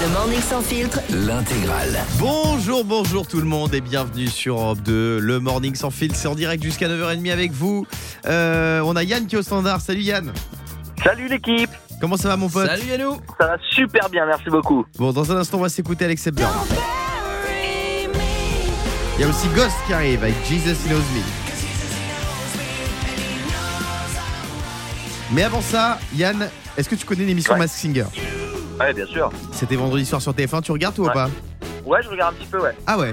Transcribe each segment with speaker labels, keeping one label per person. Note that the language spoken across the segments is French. Speaker 1: Le Morning Sans Filtre,
Speaker 2: L'intégrale.
Speaker 3: Bonjour, bonjour tout le monde et bienvenue sur Europe 2. Le Morning Sans Filtre, c'est en direct jusqu'à 9h30 avec vous. Euh, on a Yann qui est au standard. Salut Yann.
Speaker 4: Salut l'équipe,
Speaker 3: Comment ça va mon pote
Speaker 2: Salut Yannou
Speaker 4: ça va super bien, merci beaucoup.
Speaker 3: Bon, dans un instant, on va s'écouter Alex Hebner. Il y a aussi Ghost qui arrive avec Jesus He Knows Me. Mais avant ça, Yann, est-ce que tu connais l'émission
Speaker 4: Ouais.
Speaker 3: Mask Singer
Speaker 4: Ouais, bien sûr.
Speaker 3: C'était vendredi soir sur TF1, tu regardes toi
Speaker 4: Ouais.
Speaker 3: ou pas
Speaker 4: Ouais, je regarde un petit peu, ouais.
Speaker 3: Ah ouais.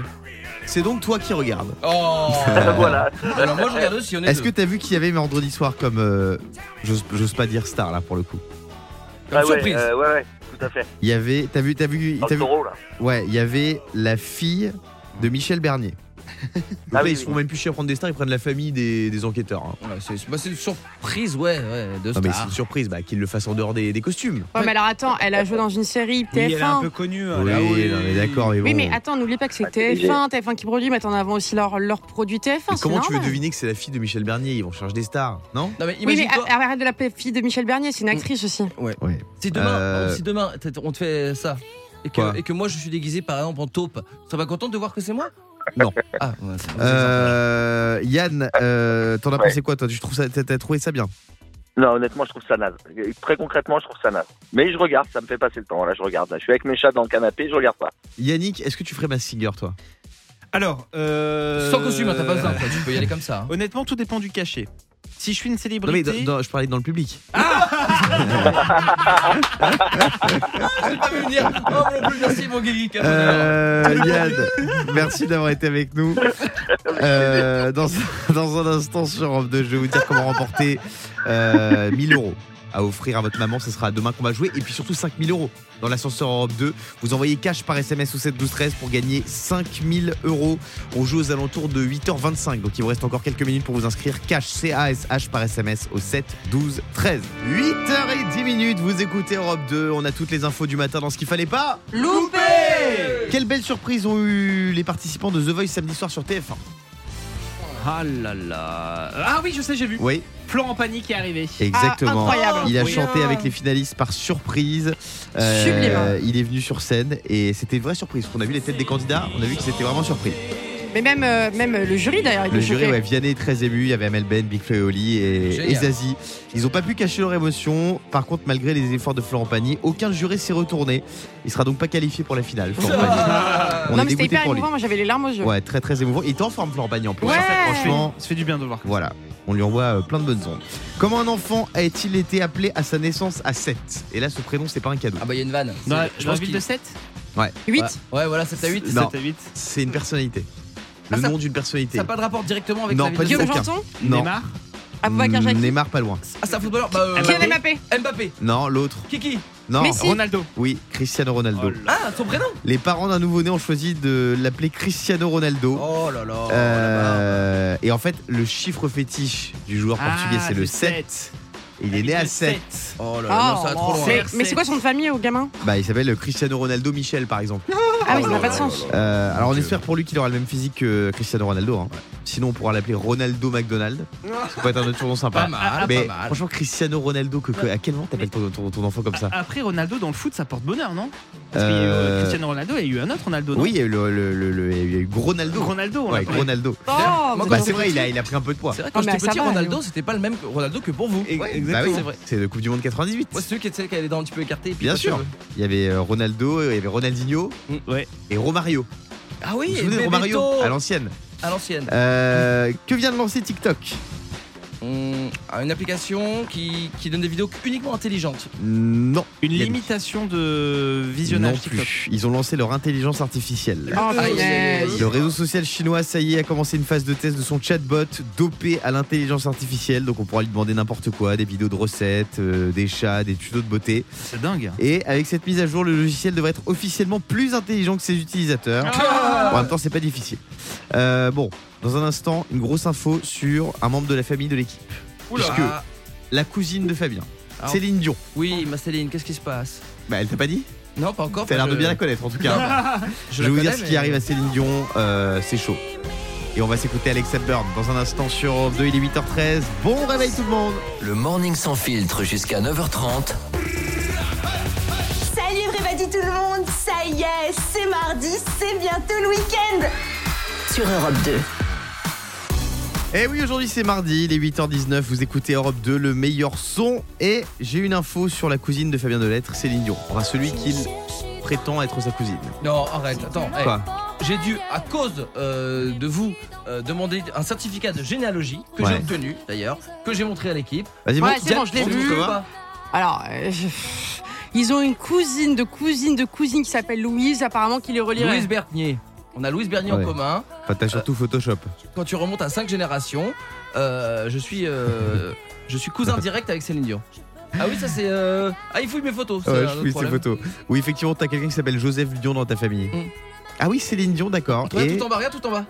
Speaker 3: C'est donc toi qui regardes.
Speaker 2: Oh
Speaker 4: voilà.
Speaker 2: Alors moi je regarde aussi, on est,
Speaker 3: Est-ce que
Speaker 2: deux.
Speaker 3: t'as vu qu'il y avait vendredi soir comme. euh, j'ose j'ose pas dire star là pour le coup.
Speaker 2: Comme
Speaker 3: Ah
Speaker 4: ouais,
Speaker 2: surprise.
Speaker 4: Ouais, euh, ouais, ouais, tout à fait.
Speaker 3: Il y avait. T'as vu. T'as vu.
Speaker 4: Dans
Speaker 3: t'as
Speaker 4: le
Speaker 3: vu
Speaker 4: taureau, là.
Speaker 3: ouais, il y avait la fille de Michel Bernier. Donc
Speaker 4: Ah
Speaker 3: là,
Speaker 4: oui,
Speaker 3: ils se font
Speaker 4: oui.
Speaker 3: même plus chier à prendre des stars, ils prennent la famille des, des enquêteurs. hein.
Speaker 2: Ouais, c'est, bah, c'est une surprise, ouais, ouais, de
Speaker 3: Non, mais c'est
Speaker 2: star.
Speaker 3: une surprise bah, qu'ils le fassent en dehors des, des costumes.
Speaker 5: Ouais, mais alors attends, elle a joué dans une série TF1.
Speaker 6: Oui,
Speaker 5: Oui,
Speaker 6: elle est un peu connue. hein,
Speaker 3: oui,
Speaker 6: là,
Speaker 3: non, mais d'accord, mais bon.
Speaker 5: mais attends, n'oublie pas que c'est
Speaker 4: Ah, c'est léger.
Speaker 5: TF1, TF1 qui produit, mettent en avant aussi leurs leur produits TF1.
Speaker 3: Mais
Speaker 5: c'est
Speaker 3: comment tu veux
Speaker 5: normal.
Speaker 3: deviner que c'est la fille de Michel Bernier Ils vont chercher des stars, non
Speaker 2: Non mais
Speaker 5: Oui, mais
Speaker 2: imagine-toi,
Speaker 5: ar- arrête de l'appeler fille de Michel Bernier, c'est une actrice aussi.
Speaker 3: Ouais.
Speaker 2: si demain,
Speaker 3: Euh,
Speaker 2: si demain t'as- on te fait ça, et que,
Speaker 3: Quoi
Speaker 2: et que moi je suis déguisé par exemple en taupe, tu seras pas contente de voir que c'est moi
Speaker 3: Non.
Speaker 2: Ah, ouais, c'est- c'est
Speaker 3: Euh, Yann, euh, t'en as
Speaker 4: Ouais.
Speaker 3: pensé quoi toi Tu trouves ça, t'as- t'as trouvé ça bien
Speaker 4: Non, honnêtement, je trouve ça naze. Et Très concrètement, je trouve ça naze. Mais je regarde, ça me fait passer le temps. Là, je regarde. Là, je suis avec mes chats dans le canapé, je regarde pas.
Speaker 3: Yannick, est-ce que tu ferais ma Singer toi
Speaker 6: Alors,
Speaker 2: ça.
Speaker 6: euh,
Speaker 2: Sans costume, hein, t'as pas besoin, quoi, tu peux y aller comme ça. hein.
Speaker 6: Honnêtement, tout dépend du cachet. Si je suis une
Speaker 3: Non mais
Speaker 6: célébrité,
Speaker 3: dans- dans- je parlais dans le public.
Speaker 2: Ah, mais venir. Oh, mon Dieu, merci mon Guigui, quel bonheur.
Speaker 3: Euh, Yann, merci d'avoir été avec nous. Euh, dans, dans un instant sur Europe 2, je vais vous dire comment remporter euh, 1000 euros à offrir à votre maman. Ce sera demain qu'on va jouer. Et puis surtout 5000 euros dans l'ascenseur Europe 2. Vous envoyez cash par SMS au 7 12 13 pour gagner 5000 euros. On joue aux alentours de 8h25. Donc il vous reste encore quelques minutes pour vous inscrire. Cash C-A-S-H par SMS au 7 12 13. 8h10 minutes, vous écoutez Europe 2. On a toutes les infos du matin dans ce qu'il fallait pas.
Speaker 2: Loupé
Speaker 3: Quelle belle surprise ont eu les participants de The Voice samedi soir sur TF1.
Speaker 6: ah là là. Ah oui, je sais, j'ai vu.
Speaker 3: Oui,
Speaker 6: Florent Pagny qui est arrivé.
Speaker 3: exactement.
Speaker 5: Ah, incroyable.
Speaker 3: Il a
Speaker 6: Oui.
Speaker 3: chanté avec les finalistes par surprise. Euh,
Speaker 5: Sublime.
Speaker 3: il est venu sur scène et c'était une vraie surprise. On a vu les têtes des candidats, on a vu que c'était vraiment surpris.
Speaker 5: Mais même, euh, même le jury d'ailleurs, il
Speaker 3: Le
Speaker 5: est
Speaker 3: jury,
Speaker 5: choqué.
Speaker 3: ouais, Vianney est très ému. Il y avait Amel Ben, Big Flo et Oli et,
Speaker 2: Génial.
Speaker 3: et Zazie. Ils n'ont pas pu cacher leur émotion. Par contre, malgré les efforts de Florent Pagny, aucun juré s'est retourné. Il sera donc pas qualifié pour la finale. Florent Pagny.
Speaker 2: Ah.
Speaker 3: On
Speaker 5: Non,
Speaker 3: est
Speaker 5: mais c'était
Speaker 3: dégoûté
Speaker 5: hyper
Speaker 3: pour lui.
Speaker 5: émouvant, moi j'avais les larmes aux yeux.
Speaker 3: Ouais, très très émouvant. Il est en forme, Florent Pagny en plus.
Speaker 5: Ouais.
Speaker 3: Franchement,
Speaker 6: Ça fait du bien de le voir.
Speaker 3: Voilà, on lui envoie euh, plein de bonnes ondes. Comment un enfant a-t-il été appelé à sa naissance à 7 Et là, ce prénom, c'est pas un cadeau.
Speaker 2: Ah bah il y a une vanne.
Speaker 6: Dans la,
Speaker 2: C'est-
Speaker 6: dans la ville
Speaker 2: qu'il-
Speaker 6: de 7
Speaker 5: 8
Speaker 2: Ouais, ouais, voilà, 7 à 8.
Speaker 3: Non.
Speaker 6: 7 à 8.
Speaker 3: C'est une personnalité.
Speaker 2: Ah,
Speaker 3: Le
Speaker 2: ça-
Speaker 3: nom d'une personnalité.
Speaker 2: Ça n'a pas de rapport directement avec
Speaker 3: Non,
Speaker 2: la ville
Speaker 3: pas
Speaker 2: de
Speaker 3: du
Speaker 5: Guillaume
Speaker 3: aucun.
Speaker 5: Janton,
Speaker 3: Non.
Speaker 6: Neymar
Speaker 5: Aboubacar
Speaker 3: Mm,
Speaker 5: Jacqui,
Speaker 3: Neymar, pas loin.
Speaker 2: Ah, c'est un footballeur Bah, euh,
Speaker 5: Kylian Mbappé.
Speaker 2: Mbappé.
Speaker 3: Non, l'autre.
Speaker 2: Kiki.
Speaker 3: Non.
Speaker 5: Messi.
Speaker 6: Ronaldo.
Speaker 3: Oui, Cristiano Ronaldo.
Speaker 6: Oh là.
Speaker 2: Ah, son prénom
Speaker 3: Les parents d'un nouveau-né ont choisi de l'appeler Cristiano Ronaldo.
Speaker 2: Oh là là. là-bas.
Speaker 3: Euh, et en fait, le chiffre fétiche du joueur
Speaker 6: Ah,
Speaker 3: portugais, c'est le
Speaker 6: le
Speaker 3: 7.
Speaker 6: sept. Ah,
Speaker 3: Et Il est né
Speaker 6: Le
Speaker 3: à 7.
Speaker 6: sept.
Speaker 2: Oh là
Speaker 5: Ah,
Speaker 2: là, non, ça va trop
Speaker 5: oh,
Speaker 2: loin.
Speaker 5: c'est-
Speaker 6: C'est-
Speaker 5: Mais c'est quoi son nom de famille au gamin
Speaker 3: Bah, il s'appelle Cristiano Ronaldo Michel, par exemple.
Speaker 5: Ah oui, ça
Speaker 2: Oh là
Speaker 5: n'a pas de
Speaker 2: là
Speaker 5: sens.
Speaker 2: là là.
Speaker 3: Euh, alors on
Speaker 2: Donc,
Speaker 3: espère pour lui qu'il aura le même physique que Cristiano Ronaldo. hein. Sinon on pourra l'appeler Ronaldo McDonald. Ça peut être un autre surnom
Speaker 2: Pas
Speaker 3: sympa.
Speaker 2: mal,
Speaker 3: Mais
Speaker 2: pas mal.
Speaker 3: franchement Cristiano Ronaldo, que, que- à quel moment t'appelles ton, ton, ton enfant comme ça
Speaker 6: Après, Ronaldo, dans le foot, ça porte bonheur, non Parce qu'il y a eu,
Speaker 3: Euh,
Speaker 6: euh, Cristiano Ronaldo et il y a eu un autre Ronaldo. non
Speaker 3: Oui, il y a eu, le, le- le- le- il y a eu Gronaldo.
Speaker 6: Ronaldo, on
Speaker 3: Ouais,
Speaker 6: l'appelle.
Speaker 3: Gronaldo.
Speaker 5: Oh,
Speaker 2: Moi,
Speaker 5: vous êtes
Speaker 2: bah,
Speaker 3: Bah,
Speaker 5: dans
Speaker 3: c'est
Speaker 5: un
Speaker 3: vrai,
Speaker 5: truc.
Speaker 3: il a, il a pris un peu de poids.
Speaker 2: C'est vrai que
Speaker 5: Ah,
Speaker 2: quand
Speaker 5: mais
Speaker 2: j'étais
Speaker 5: ça
Speaker 2: petit,
Speaker 5: va,
Speaker 2: Ronaldo, c'était pas le même que- Ronaldo que pour vous.
Speaker 6: Et-
Speaker 3: Ouais, bah
Speaker 6: Exactement,
Speaker 3: oui,
Speaker 6: c'est vrai.
Speaker 3: C'est le Coupe du Monde 98.
Speaker 2: Moi, c'est celui qui était qui allait dans un petit peu écarté. et puis
Speaker 3: Bien
Speaker 2: pas
Speaker 3: sûr.
Speaker 2: sûr.
Speaker 3: Il y avait euh, Ronaldo, il y avait Ronaldinho
Speaker 6: Ouais.
Speaker 3: et Romario.
Speaker 2: Ah oui,
Speaker 3: Vous vous
Speaker 2: et
Speaker 3: souvenez de Romario
Speaker 2: Bebeto
Speaker 3: à l'ancienne.
Speaker 2: à l'ancienne.
Speaker 3: Euh, que vient de lancer TikTok
Speaker 2: Hum, ah, Une application qui qui donne des vidéos uniquement intelligentes.
Speaker 3: Non,
Speaker 6: Une
Speaker 3: Il y a-
Speaker 6: limitation de
Speaker 3: non
Speaker 6: visionnage TikTok.
Speaker 3: plus. Ils ont lancé leur intelligence artificielle.
Speaker 5: Oh,
Speaker 2: Ah,
Speaker 5: punaise.
Speaker 2: il-
Speaker 3: Le réseau social chinois, ça y est, a commencé une phase de test de son chatbot dopé à l'intelligence artificielle. Donc on pourra lui demander n'importe quoi, des vidéos de recettes, euh, des chats, des tutos de beauté.
Speaker 6: C'est dingue.
Speaker 3: Et avec cette mise à jour, le logiciel devrait être officiellement plus intelligent que ses utilisateurs.
Speaker 2: Ah
Speaker 3: En même temps, c'est pas difficile. Euh, bon, dans un instant, une grosse info sur un membre de la famille de l'équipe. Puisque
Speaker 2: Ah,
Speaker 3: la cousine de Fabien,
Speaker 2: Ah.
Speaker 3: Céline Dion.
Speaker 2: Oui, ma Céline, qu'est-ce qui se passe
Speaker 3: Bah, elle t'a pas dit
Speaker 2: Non, bah, euh, pas encore.
Speaker 3: T'as l'air de
Speaker 2: je-
Speaker 3: bien la connaître en tout cas. Je,
Speaker 2: la
Speaker 3: vais vous dire
Speaker 2: connais,
Speaker 3: ce
Speaker 2: mais-
Speaker 3: qui arrive à Céline Dion, euh, c'est chaud. Et on va s'écouter Alex Hepburn dans un instant sur Europe 2, il est 8h13. Bon réveil tout le monde
Speaker 7: Le morning sans filtre jusqu'à 9h30.
Speaker 1: ça livre Papadi tout le monde, ça y est, c'est mardi, c'est bientôt le week-end Sur Europe 2.
Speaker 3: Eh oui, aujourd'hui c'est mardi, il est 8h19, vous écoutez Europe 2, le meilleur son. Et j'ai une info sur la cousine de Fabien Delettre, Céline Dion. Enfin, celui qu'il prétend être sa cousine.
Speaker 2: Non, arrête, attends. hey.
Speaker 3: Quoi
Speaker 2: J'ai dû, à cause euh, de vous, euh, demander un certificat de généalogie que
Speaker 3: Ouais.
Speaker 2: j'ai obtenu d'ailleurs, que j'ai montré à l'équipe.
Speaker 3: Vas-y,
Speaker 5: Ouais,
Speaker 3: montre.
Speaker 5: Ah, c'est bon, je l'ai
Speaker 3: montre,
Speaker 5: vu.
Speaker 3: je peux voir.
Speaker 5: Alors, euh, je- ils ont une cousine de cousine de cousine qui s'appelle Louise, apparemment qui les relierait.
Speaker 2: Louise Bernier. On a Louise Bernier
Speaker 3: Ouais.
Speaker 2: en commun.
Speaker 3: Enfin, t'as
Speaker 2: Euh,
Speaker 3: surtout Photoshop.
Speaker 2: Quand tu remontes à 5 générations, euh, je suis euh, je suis cousin direct avec Céline Dion. Ah oui, ça c'est. euh, Ah, il fouille mes photos. c'est
Speaker 3: Ouais,
Speaker 2: un
Speaker 3: je
Speaker 2: autre
Speaker 3: fouille ces
Speaker 2: problème.
Speaker 3: photos. Oui, effectivement, t'as quelqu'un qui s'appelle Joseph Dion dans ta famille.
Speaker 2: Mm.
Speaker 3: Ah oui, Céline Dion, d'accord.
Speaker 2: Regarde
Speaker 3: Et
Speaker 2: tout en bas, regarde tout en bas.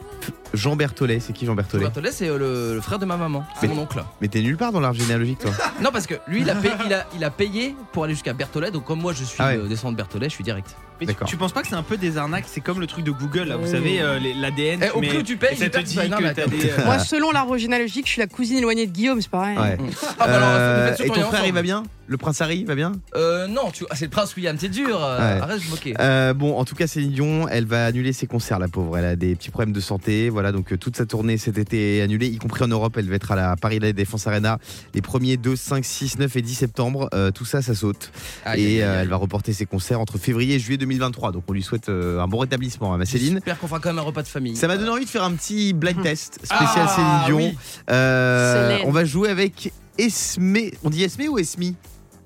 Speaker 3: Jean Berthollet, c'est qui Jean Berthollet
Speaker 2: Robert Tollet, c'est euh, le, le frère de ma maman, c'est
Speaker 3: Ah, Mais-
Speaker 2: mon oncle.
Speaker 3: Mais t'es nulle part dans l'arbre généalogique, toi.
Speaker 2: Non, parce que lui, il a, payé, il a, il a payé pour aller jusqu'à Berthollet, donc comme moi je suis
Speaker 3: Ah ouais.
Speaker 2: euh, descendant de Berthollet, je suis direct.
Speaker 6: Mais tu,
Speaker 3: D'accord.
Speaker 6: tu penses pas que c'est un peu des arnaques C'est comme le truc de Google, là, vous savez, euh, les- l'ADN.
Speaker 2: Eh, au
Speaker 6: mais-
Speaker 2: plus où tu payes,
Speaker 6: et ça te
Speaker 3: bah,
Speaker 2: j'espère
Speaker 6: dit
Speaker 2: que ça- non, mais
Speaker 6: que t'as
Speaker 2: attends.
Speaker 6: des. euh,
Speaker 5: Moi, selon l'arbre généalogique, je suis la cousine éloignée de Guillaume, c'est pareil.
Speaker 3: Ouais.
Speaker 2: Ah bah alors,
Speaker 3: Euh,
Speaker 2: faites
Speaker 3: et
Speaker 2: surtout
Speaker 3: ton
Speaker 2: rien
Speaker 3: frère, il
Speaker 2: ensemble.
Speaker 3: va bien Le prince Harry, il va bien
Speaker 2: Euh, non, tu... ah, c'est le prince William, c'est dur. euh,
Speaker 3: Ouais.
Speaker 2: Arrête de me moquer.
Speaker 3: Euh, bon, en tout cas, Céline Dion, elle va annuler ses concerts, la pauvre. Elle a des petits problèmes de santé. Voilà, donc euh, toute sa tournée cet été est annulée, y compris en Europe. Elle va être à la Paris La Défense Arena les 1er, 2, 5, 6, 9 et 10 septembre. Euh, tout ça, ça saute.
Speaker 2: Aïe, aïe,
Speaker 3: et euh,
Speaker 2: aïe, aïe.
Speaker 3: elle va reporter ses concerts entre février et juillet 2023. Donc on lui souhaite euh, un bon rétablissement à ma Céline.
Speaker 2: J'espère qu'on fera quand même un repas de famille.
Speaker 3: Ça m'a donné envie de faire un petit blind test spécial
Speaker 2: Hmm. Ah,
Speaker 3: Céline Dion.
Speaker 2: oui.
Speaker 3: Euh,
Speaker 5: Célène.
Speaker 3: on va jouer avec Esme. On dit Esme ou Esmi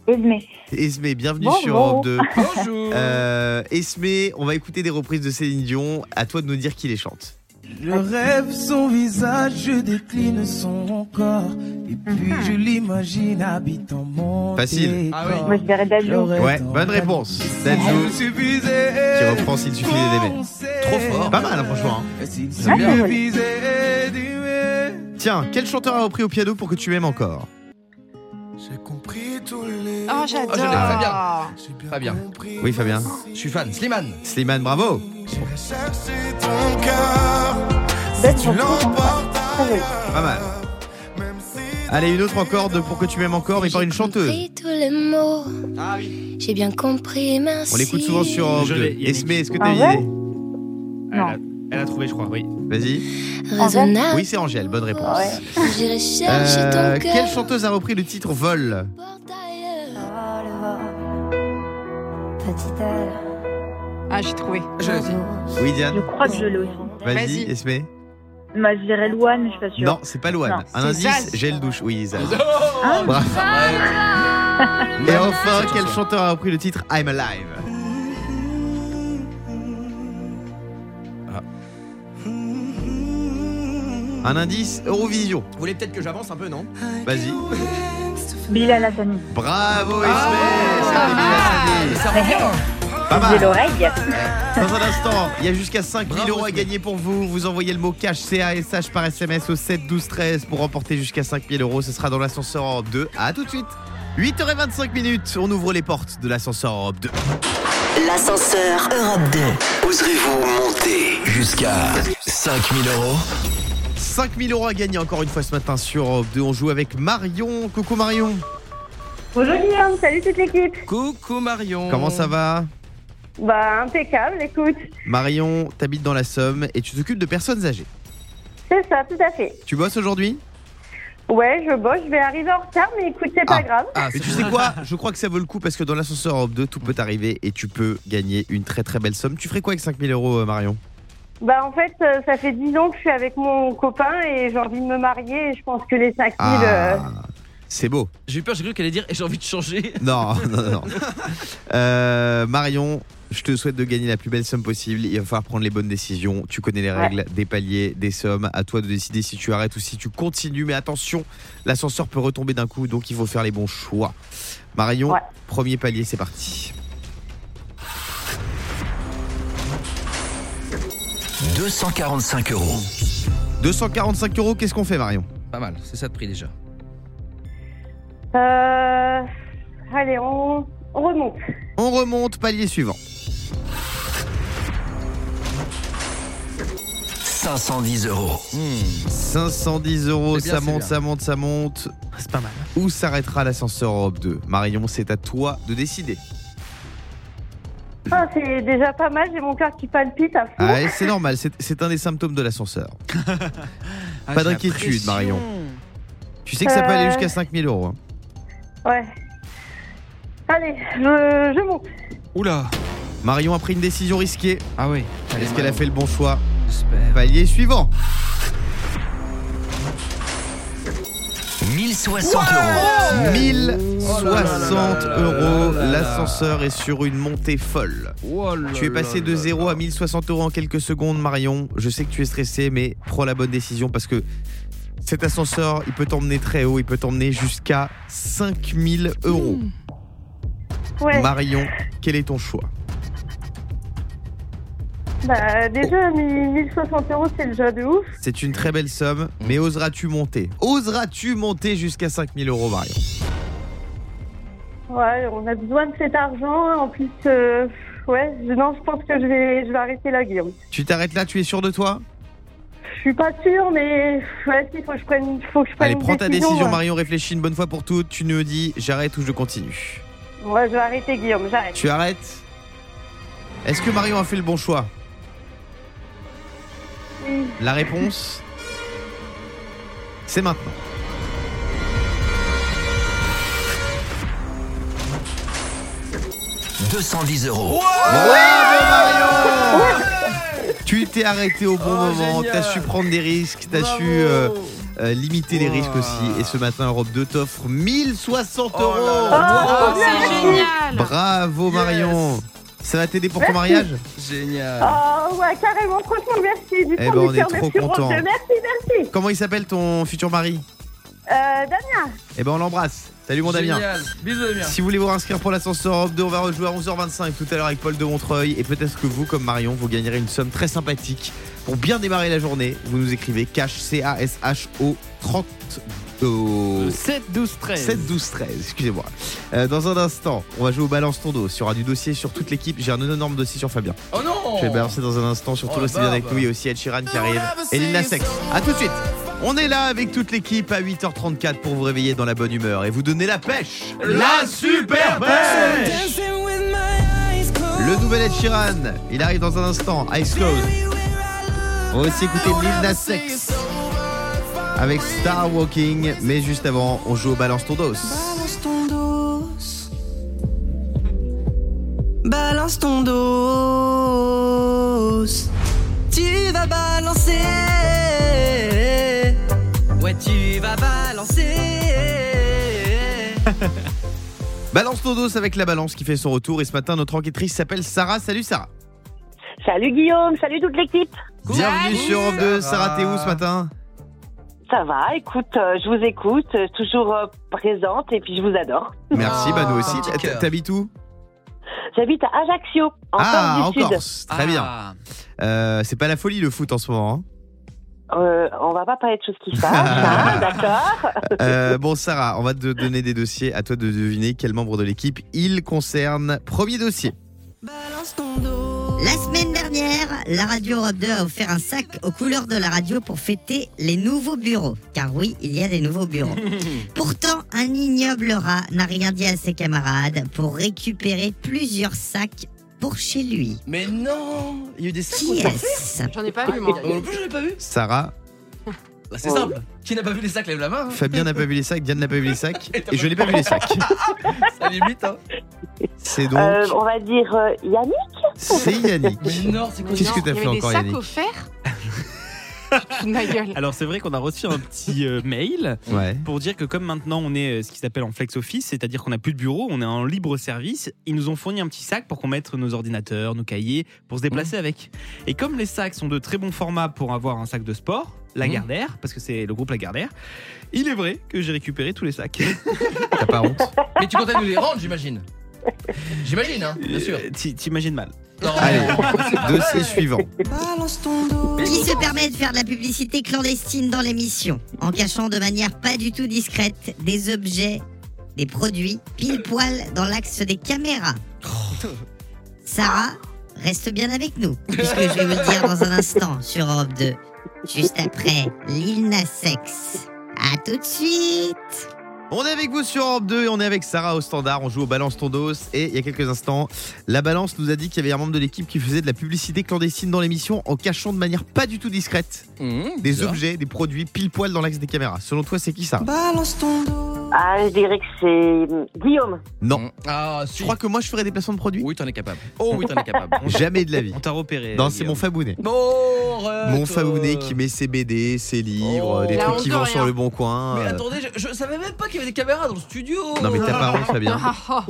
Speaker 1: Esmé.
Speaker 3: Esme, bienvenue
Speaker 1: Bonjour.
Speaker 3: sur Europe 2.
Speaker 2: Bonjour.
Speaker 3: Euh, Esmé, on va écouter des reprises de Céline Dion. À toi de nous dire qui les chante.
Speaker 7: Je rêve son visage, je décline son corps. Et puis je l'imagine habitant mon
Speaker 3: Facile.
Speaker 7: décor.
Speaker 2: Ah oui.
Speaker 1: Moi je dirais Dajou.
Speaker 7: J'aurais
Speaker 3: Ouais,
Speaker 7: tant
Speaker 3: bonne
Speaker 7: d'amour.
Speaker 3: réponse.
Speaker 7: Je
Speaker 3: Danjo
Speaker 7: me suffisais.
Speaker 3: qui reprend s'il suffisait d'aimer.
Speaker 7: qu'on s'aime.
Speaker 2: Trop fort.
Speaker 3: Pas mal, hein, franchement. hein.
Speaker 7: S'il
Speaker 2: Ah, c'est
Speaker 1: joli.
Speaker 7: suffisait d'aimer.
Speaker 3: Tiens, quel chanteur a repris au piano pour que tu aimes encore
Speaker 7: J'ai compris tous les.
Speaker 8: Ah,
Speaker 5: Oh,
Speaker 2: Oh, je l'ai,
Speaker 5: j'adore.
Speaker 2: Fabien.
Speaker 7: J'ai bien
Speaker 2: Fabien.
Speaker 7: compris
Speaker 3: Oui, Ah. Fabien.
Speaker 2: Je suis fan. Slimane.
Speaker 3: Slimane, bravo.
Speaker 7: J'irai chercher ton cœur.
Speaker 1: Bonne
Speaker 7: Tu
Speaker 1: chanson, sympa.
Speaker 7: l'emportes
Speaker 1: Très jolie.
Speaker 7: ailleurs.
Speaker 3: Pas mal.
Speaker 7: Même si
Speaker 3: Allez, une autre encore de pour que tu m'aimes encore, mais par une chanteuse.
Speaker 9: J'ai compris tous les mots.
Speaker 6: Ah oui.
Speaker 9: J'ai bien compris, merci.
Speaker 3: On l'écoute souvent sur Europe
Speaker 6: Je l'ai,
Speaker 3: 2.
Speaker 6: Yannick.
Speaker 3: Esmé, est-ce que t'as
Speaker 1: Ah
Speaker 3: une
Speaker 1: ouais
Speaker 3: idée
Speaker 6: Elle
Speaker 1: Non.
Speaker 6: a, elle a trouvé, je crois, oui.
Speaker 3: Vas-y.
Speaker 9: Raisonnable.
Speaker 3: Oui, c'est Angèle, bonne réponse.
Speaker 1: Ah. Ouais.
Speaker 9: J'irai chercher
Speaker 3: Euh,
Speaker 9: ton cœur.
Speaker 3: quelle chanteuse a repris le titre Vol
Speaker 1: Petite aile.
Speaker 5: Ah, j'ai trouvé.
Speaker 2: Je l'ai dit.
Speaker 3: Oui,
Speaker 8: Je
Speaker 3: Diane
Speaker 8: crois que je l'ai aussi.
Speaker 3: Vas-y,
Speaker 5: Vas-y.
Speaker 3: Esmé.
Speaker 8: Bah, je dirais Louane, mais je suis pas sûre.
Speaker 3: Non, c'est pas Loane.
Speaker 8: Non,
Speaker 3: Un
Speaker 5: c'est
Speaker 3: indice,
Speaker 5: Zaz.
Speaker 3: gel douche. Oui, Zaz.
Speaker 2: Oh
Speaker 3: Bravo.
Speaker 8: Ah.
Speaker 2: Arrête.
Speaker 3: Et enfin, quel chanteur a repris le titre I'm Alive Ah. Un indice Eurovision.
Speaker 6: Vous voulez peut-être que j'avance un peu, non
Speaker 3: Vas-y.
Speaker 8: Bilal Hassani.
Speaker 3: Bravo, Esme
Speaker 5: Ah
Speaker 3: C'était
Speaker 2: Ça revient.
Speaker 3: Mila Sadi. Pas
Speaker 8: J'ai
Speaker 3: mal.
Speaker 8: l'oreille.
Speaker 3: Dans un instant, il y a jusqu'à 5000
Speaker 2: Bravo,
Speaker 3: euros à
Speaker 2: Esme.
Speaker 3: gagner pour vous. Vous envoyez le mot cash CASH par SMS au 7 12 13 pour remporter jusqu'à 5000 euros. Ce sera dans l'ascenseur Europe 2. À tout de suite. 8h25 minutes, on ouvre les portes de l'ascenseur Europe 2.
Speaker 1: L'ascenseur Europe 2.
Speaker 10: Oserez-vous monter jusqu'à 5000 euros
Speaker 3: 5000 euros à gagner encore une fois ce matin sur Europe 2. On joue avec Marion. Coucou Marion.
Speaker 8: Bonjour Guillaume, salut toute l'équipe.
Speaker 2: Coucou Marion.
Speaker 3: Comment ça va
Speaker 8: Bah, impeccable, écoute.
Speaker 3: Marion, t'habites dans la Somme et tu t'occupes de personnes âgées.
Speaker 8: C'est ça, tout à fait.
Speaker 3: Tu bosses aujourd'hui
Speaker 8: Ouais, je bosse, je vais arriver en retard, mais écoute, c'est
Speaker 3: Ah.
Speaker 8: pas grave.
Speaker 2: Ah,
Speaker 3: Mais
Speaker 2: c'est
Speaker 3: tu
Speaker 2: bon.
Speaker 3: sais quoi Je crois que ça vaut le coup parce que dans l'ascenseur Europe 2, tout peut arriver et tu peux gagner une très très belle somme. Tu ferais quoi avec 5000 euros euh, Marion
Speaker 8: Bah, en fait, euh, ça fait 10 ans que je suis avec mon copain et j'ai envie de me marier et je pense que les 5000.
Speaker 2: Ah.
Speaker 8: euh,
Speaker 3: Ah, C'est beau.
Speaker 2: J'ai eu peur, j'ai cru qu'elle allait dire et j'ai envie de changer.
Speaker 3: Non, non, non, non. Euh, Marion, je te souhaite de gagner la plus belle somme possible. Il va falloir prendre les bonnes décisions. Tu connais les
Speaker 8: Ouais.
Speaker 3: règles, des paliers, des sommes. À toi de décider si tu arrêtes ou si tu continues. Mais attention, l'ascenseur peut retomber d'un coup, donc il faut faire les bons choix. Marion,
Speaker 8: Ouais.
Speaker 3: premier palier, c'est parti.
Speaker 10: 245 euros.
Speaker 3: 245 euros, qu'est-ce qu'on fait, Marion
Speaker 2: Pas mal, c'est ça de prix déjà.
Speaker 8: euh, Allez, on, on remonte.
Speaker 3: On remonte, palier suivant.
Speaker 10: 510 euros.
Speaker 3: 510 euros,
Speaker 2: C'est bien,
Speaker 3: ça
Speaker 2: c'est
Speaker 3: monte,
Speaker 2: bien.
Speaker 3: ça monte, ça monte.
Speaker 6: Ah, C'est pas mal.
Speaker 3: Où s'arrêtera l'ascenseur Europe 2 Marion, c'est à toi de décider.
Speaker 8: Ah, c'est déjà pas mal, j'ai mon cœur qui palpite à fond.
Speaker 3: Ah ouais, c'est normal, c'est- c'est un des symptômes de l'ascenseur.
Speaker 6: Ah,
Speaker 3: Pas d'inquiétude, Marion. Tu sais que ça peut aller
Speaker 8: Euh.
Speaker 3: jusqu'à 5000 euros. hein.
Speaker 8: Ouais. Allez, je, je monte.
Speaker 3: Oula Marion a pris une décision risquée. Ah oui. Est-ce qu'elle a fait le bon choix
Speaker 6: J'espère.
Speaker 3: Palier suivant.
Speaker 10: 1060
Speaker 3: euros.
Speaker 10: Oh là là
Speaker 3: 1060
Speaker 10: là là
Speaker 3: euros.
Speaker 10: là là.
Speaker 3: L'ascenseur est sur une montée folle.
Speaker 2: Oh là
Speaker 3: Tu es passé
Speaker 2: là
Speaker 3: de
Speaker 2: là
Speaker 3: 0 à 1060 euros en quelques secondes, Marion. Je sais que tu es stressé, mais prends la bonne décision parce que cet ascenseur, il peut t'emmener très haut, il peut t'emmener jusqu'à 5000 euros.
Speaker 8: Mmh. Ouais.
Speaker 3: Marion, quel est ton choix
Speaker 8: Bah, déjà, mi- 1060 euros, c'est déjà de ouf.
Speaker 3: C'est une très belle somme, mais
Speaker 2: Mmh.
Speaker 3: oseras-tu monter Oseras-tu monter jusqu'à 5000 euros, Marion
Speaker 8: Ouais, on a besoin de cet argent. En plus, euh, ouais, je- non, je pense que je vais, je vais arrêter là, Guillaume.
Speaker 3: Tu t'arrêtes là, tu es sûr de toi
Speaker 8: Je suis pas sûre, mais ouais, il faut que je prenne, faut que je prenne
Speaker 3: Allez,
Speaker 8: une
Speaker 3: prends ta décision,
Speaker 8: ouais.
Speaker 3: Marion, réfléchis une bonne fois pour toutes. Tu nous dis j'arrête ou je continue.
Speaker 8: Ouais, je vais arrêter, Guillaume, j'arrête.
Speaker 3: Tu arrêtes Est-ce que Marion a fait le bon choix
Speaker 8: Oui.
Speaker 3: La réponse C'est maintenant.
Speaker 10: euros. 210 euros.
Speaker 3: Tu t'es arrêté au bon moment, t'as su prendre des risques, t'as su euh, euh, limiter les risques aussi. Et ce matin, Europe 2 t'offre 1060 euros.
Speaker 5: Oh, c'est génial
Speaker 3: Bravo Marion Ça va t'aider pour ton
Speaker 8: Merci.
Speaker 3: mariage Génial
Speaker 8: Oh, ouais, carrément, franchement, merci. Du
Speaker 3: Ah. Eh
Speaker 8: fond
Speaker 3: ben,
Speaker 8: du
Speaker 3: on est
Speaker 8: cœur,
Speaker 3: trop
Speaker 8: merci, Europe
Speaker 3: contents.
Speaker 8: deux. Merci, merci.
Speaker 3: Comment il s'appelle ton futur mari
Speaker 8: Euh, Damien,
Speaker 3: Eh ben on l'embrasse. Salut mon Damien.
Speaker 2: Bisous Damien.
Speaker 3: Si vous voulez vous inscrire pour l'ascenseur Europe 2, on va rejouer à 11h25 tout à l'heure avec Paul de Montreuil. Et peut-être que vous, comme Marion, vous gagnerez une somme très sympathique. Pour bien démarrer la journée, vous nous écrivez cash C-A-S-H-O 30 au
Speaker 6: 7, 12, 13.
Speaker 3: 7 12 13 excusez-moi Euh, dans un instant on va jouer au balance ton dos il y aura du dossier sur toute l'équipe j'ai un énorme dossier sur Fabien
Speaker 2: Oh non
Speaker 3: Je vais balancer dans un instant, surtout
Speaker 2: Oh, la
Speaker 3: restez bien avec
Speaker 2: barbe.
Speaker 3: nous. Il y a aussi Ed Sheeran qui arrive et Lil Nas X. A tout de suite. On est là avec toute l'équipe à 8h34 pour vous réveiller dans la bonne humeur et vous donner la pêche.
Speaker 2: La super pêche
Speaker 3: Le nouvel Ed Sheeran, il arrive dans un instant. Ice Close. On va aussi écouter Lil Nas X avec Star Walking. Mais juste avant, on joue au Balance ton dos.
Speaker 11: Balance ton dos. Balance ton dos. Tu vas balancer. Ouais, tu vas balancer.
Speaker 3: Balance ton dos avec la balance qui fait son retour. Et ce matin, notre enquêtrice s'appelle Sarah. Salut Sarah.
Speaker 12: Salut Guillaume, salut toute l'équipe.
Speaker 3: Bienvenue sur Europe 2. Sarah, t'es où ce matin
Speaker 12: Ça va, écoute, euh, je vous écoute, euh, toujours euh, présente et puis je vous adore.
Speaker 3: Merci,
Speaker 12: Ah,
Speaker 3: bah nous aussi. T'habites où
Speaker 12: J'habite à Ajaccio, en
Speaker 3: ah,
Speaker 12: Corse du
Speaker 3: en
Speaker 12: Sud. Ah.
Speaker 3: Corse, très
Speaker 6: Ah.
Speaker 3: bien. Euh, c'est pas la folie le foot en ce moment. hein.
Speaker 12: Euh, on va pas parler de choses qui se passent, hein, d'accord
Speaker 3: hein. Euh, bon, Sarah, on va te donner des dossiers. À toi de deviner quel membre de l'équipe il concerne. Premier dossier.
Speaker 13: La semaine dernière, la radio Europe 2 a offert un sac aux couleurs de la radio pour fêter les nouveaux bureaux. Car oui, il y a des nouveaux bureaux. Pourtant, un ignoble rat n'a rien dit à ses camarades pour récupérer plusieurs sacs pour chez lui.
Speaker 2: Mais non Il y a eu des
Speaker 13: Qui est-ce
Speaker 5: J'en ai pas vu, moi.
Speaker 2: Moi non plus, je l'ai pas vu.
Speaker 3: Sarah,
Speaker 2: Bah, c'est simple. Qui n'a pas vu les sacs, lève la main. hein.
Speaker 3: Fabien n'a pas vu les sacs, Diane n'a pas vu les sacs, et je n'ai pas vu les sacs.
Speaker 2: Ça limite, hein.
Speaker 3: C'est donc.
Speaker 12: Euh, On va dire euh, Yannick
Speaker 3: C'est Yannick.
Speaker 2: Non, c'est
Speaker 3: Qu'est-ce que t'as
Speaker 5: Il y
Speaker 3: fait
Speaker 5: avait des
Speaker 3: encore,
Speaker 5: sacs
Speaker 3: Yannick
Speaker 5: offerts Tu te fous de ma gueule.
Speaker 6: Alors c'est vrai qu'on a reçu un petit euh, mail
Speaker 3: Ouais.
Speaker 6: pour dire que comme maintenant on est euh, ce qui s'appelle en flex office, c'est-à-dire qu'on n'a plus de bureau, on est en libre service, ils nous ont fourni un petit sac pour qu'on mette nos ordinateurs, nos cahiers, pour se déplacer avec. Et comme les sacs sont de très bons formats pour avoir un sac de sport, Lagardère, parce que c'est le groupe Lagardère, il est vrai que j'ai récupéré tous les sacs.
Speaker 3: T'as pas honte
Speaker 2: Mais tu comptais nous les rendre, j'imagine. J'imagine, hein, bien sûr.
Speaker 6: Euh, T'imagines mal. Ah
Speaker 3: Allez, dossier suivant.
Speaker 13: Balance ton dos. Qui se permet de faire de la publicité clandestine dans l'émission en cachant de manière pas du tout discrète des objets, des produits pile poil dans l'axe des caméras. Sarah, reste bien avec nous puisque je vais vous le dire dans un instant sur Europe 2 juste après Lil Nas X. À tout de suite.
Speaker 3: On est avec vous sur Europe 2 et on est avec Sarah au standard. On joue au Balance ton dos. Et il y a quelques instants, la Balance nous a dit qu'il y avait un membre de l'équipe qui faisait de la publicité clandestine dans l'émission en cachant de manière pas du tout discrète des
Speaker 2: Mmh,
Speaker 12: bizarre.
Speaker 3: objets, des produits pile poil dans l'axe des caméras. Selon toi, c'est qui ça
Speaker 12: Balance ton dos. Ah, je dirais que c'est Guillaume.
Speaker 3: Non. Ah, Tu crois que moi je ferais des placements de produits
Speaker 2: Mmh. Oui, t'en es capable. Oh oui, t'en es capable.
Speaker 3: Jamais de la vie.
Speaker 6: On t'a repéré.
Speaker 3: Non, c'est mon fabounet. Mon
Speaker 2: euh.
Speaker 3: fabounet qui met ses BD, ses livres,
Speaker 2: Oh.
Speaker 3: des
Speaker 2: Là,
Speaker 3: trucs qui
Speaker 2: encore
Speaker 3: vont
Speaker 2: rien.
Speaker 3: sur le bon coin.
Speaker 2: Mais
Speaker 3: euh,
Speaker 2: attendez, je, je savais même pas qu'il y avait des caméras dans le studio. Ah.
Speaker 3: Non, mais t'as pas honte, Fabien.
Speaker 5: Ah,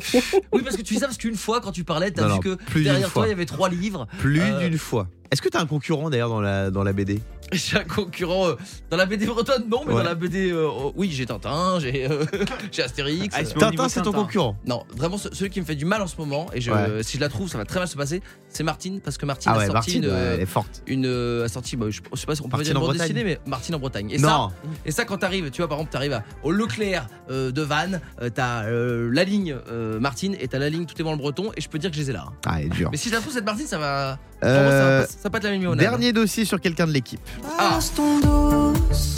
Speaker 2: oui, parce que tu dis ça parce qu'une fois quand tu parlais, t'as
Speaker 3: Non,
Speaker 2: dit
Speaker 3: non,
Speaker 2: que
Speaker 3: plus d'une
Speaker 2: derrière
Speaker 3: fois.
Speaker 2: toi il y avait trois livres.
Speaker 3: Plus
Speaker 2: Euh,
Speaker 3: d'une fois. Est-ce que t'as un concurrent d'ailleurs dans la, dans la BD
Speaker 2: J'ai un concurrent euh, dans la BD bretonne, non, mais
Speaker 3: Ouais.
Speaker 2: dans la BD. euh, oh, oui, j'ai Tintin, j'ai euh, j'ai Astérix.
Speaker 3: Ah, il se met au Tintin, niveau c'est ton Tintin. concurrent.
Speaker 2: Non, vraiment, ce- celui qui me fait du mal en ce moment, et je-
Speaker 3: Ouais.
Speaker 2: si je la trouve, ça va très mal se passer, c'est Martine, parce que Martine
Speaker 3: Ah
Speaker 2: a
Speaker 3: ouais,
Speaker 2: sorti
Speaker 3: Martine,
Speaker 2: une.
Speaker 3: ouais,
Speaker 2: euh,
Speaker 3: elle est forte.
Speaker 2: Une euh, a sorti, bah, je, je sais pas si on peut
Speaker 3: Martine
Speaker 2: dire
Speaker 3: en
Speaker 2: une bande
Speaker 3: Bretagne.
Speaker 2: dessinée, mais Martine en Bretagne. Et
Speaker 3: Non.
Speaker 2: ça, et ça, quand t'arrives, tu vois, par exemple, t'arrives à- au Leclerc euh, de Vannes, euh, t'as euh, la ligne euh, Martine et t'as la ligne Tout est dans le Breton, et je peux dire que je les ai là. hein.
Speaker 3: Ah, elle est dure.
Speaker 2: Mais si je la trouve, cette Martine, ça va.
Speaker 3: Euh,
Speaker 2: vraiment, ça va pas- ça va pas être la même limonade.
Speaker 3: Dernier dossier sur quelqu'un de l'équipe.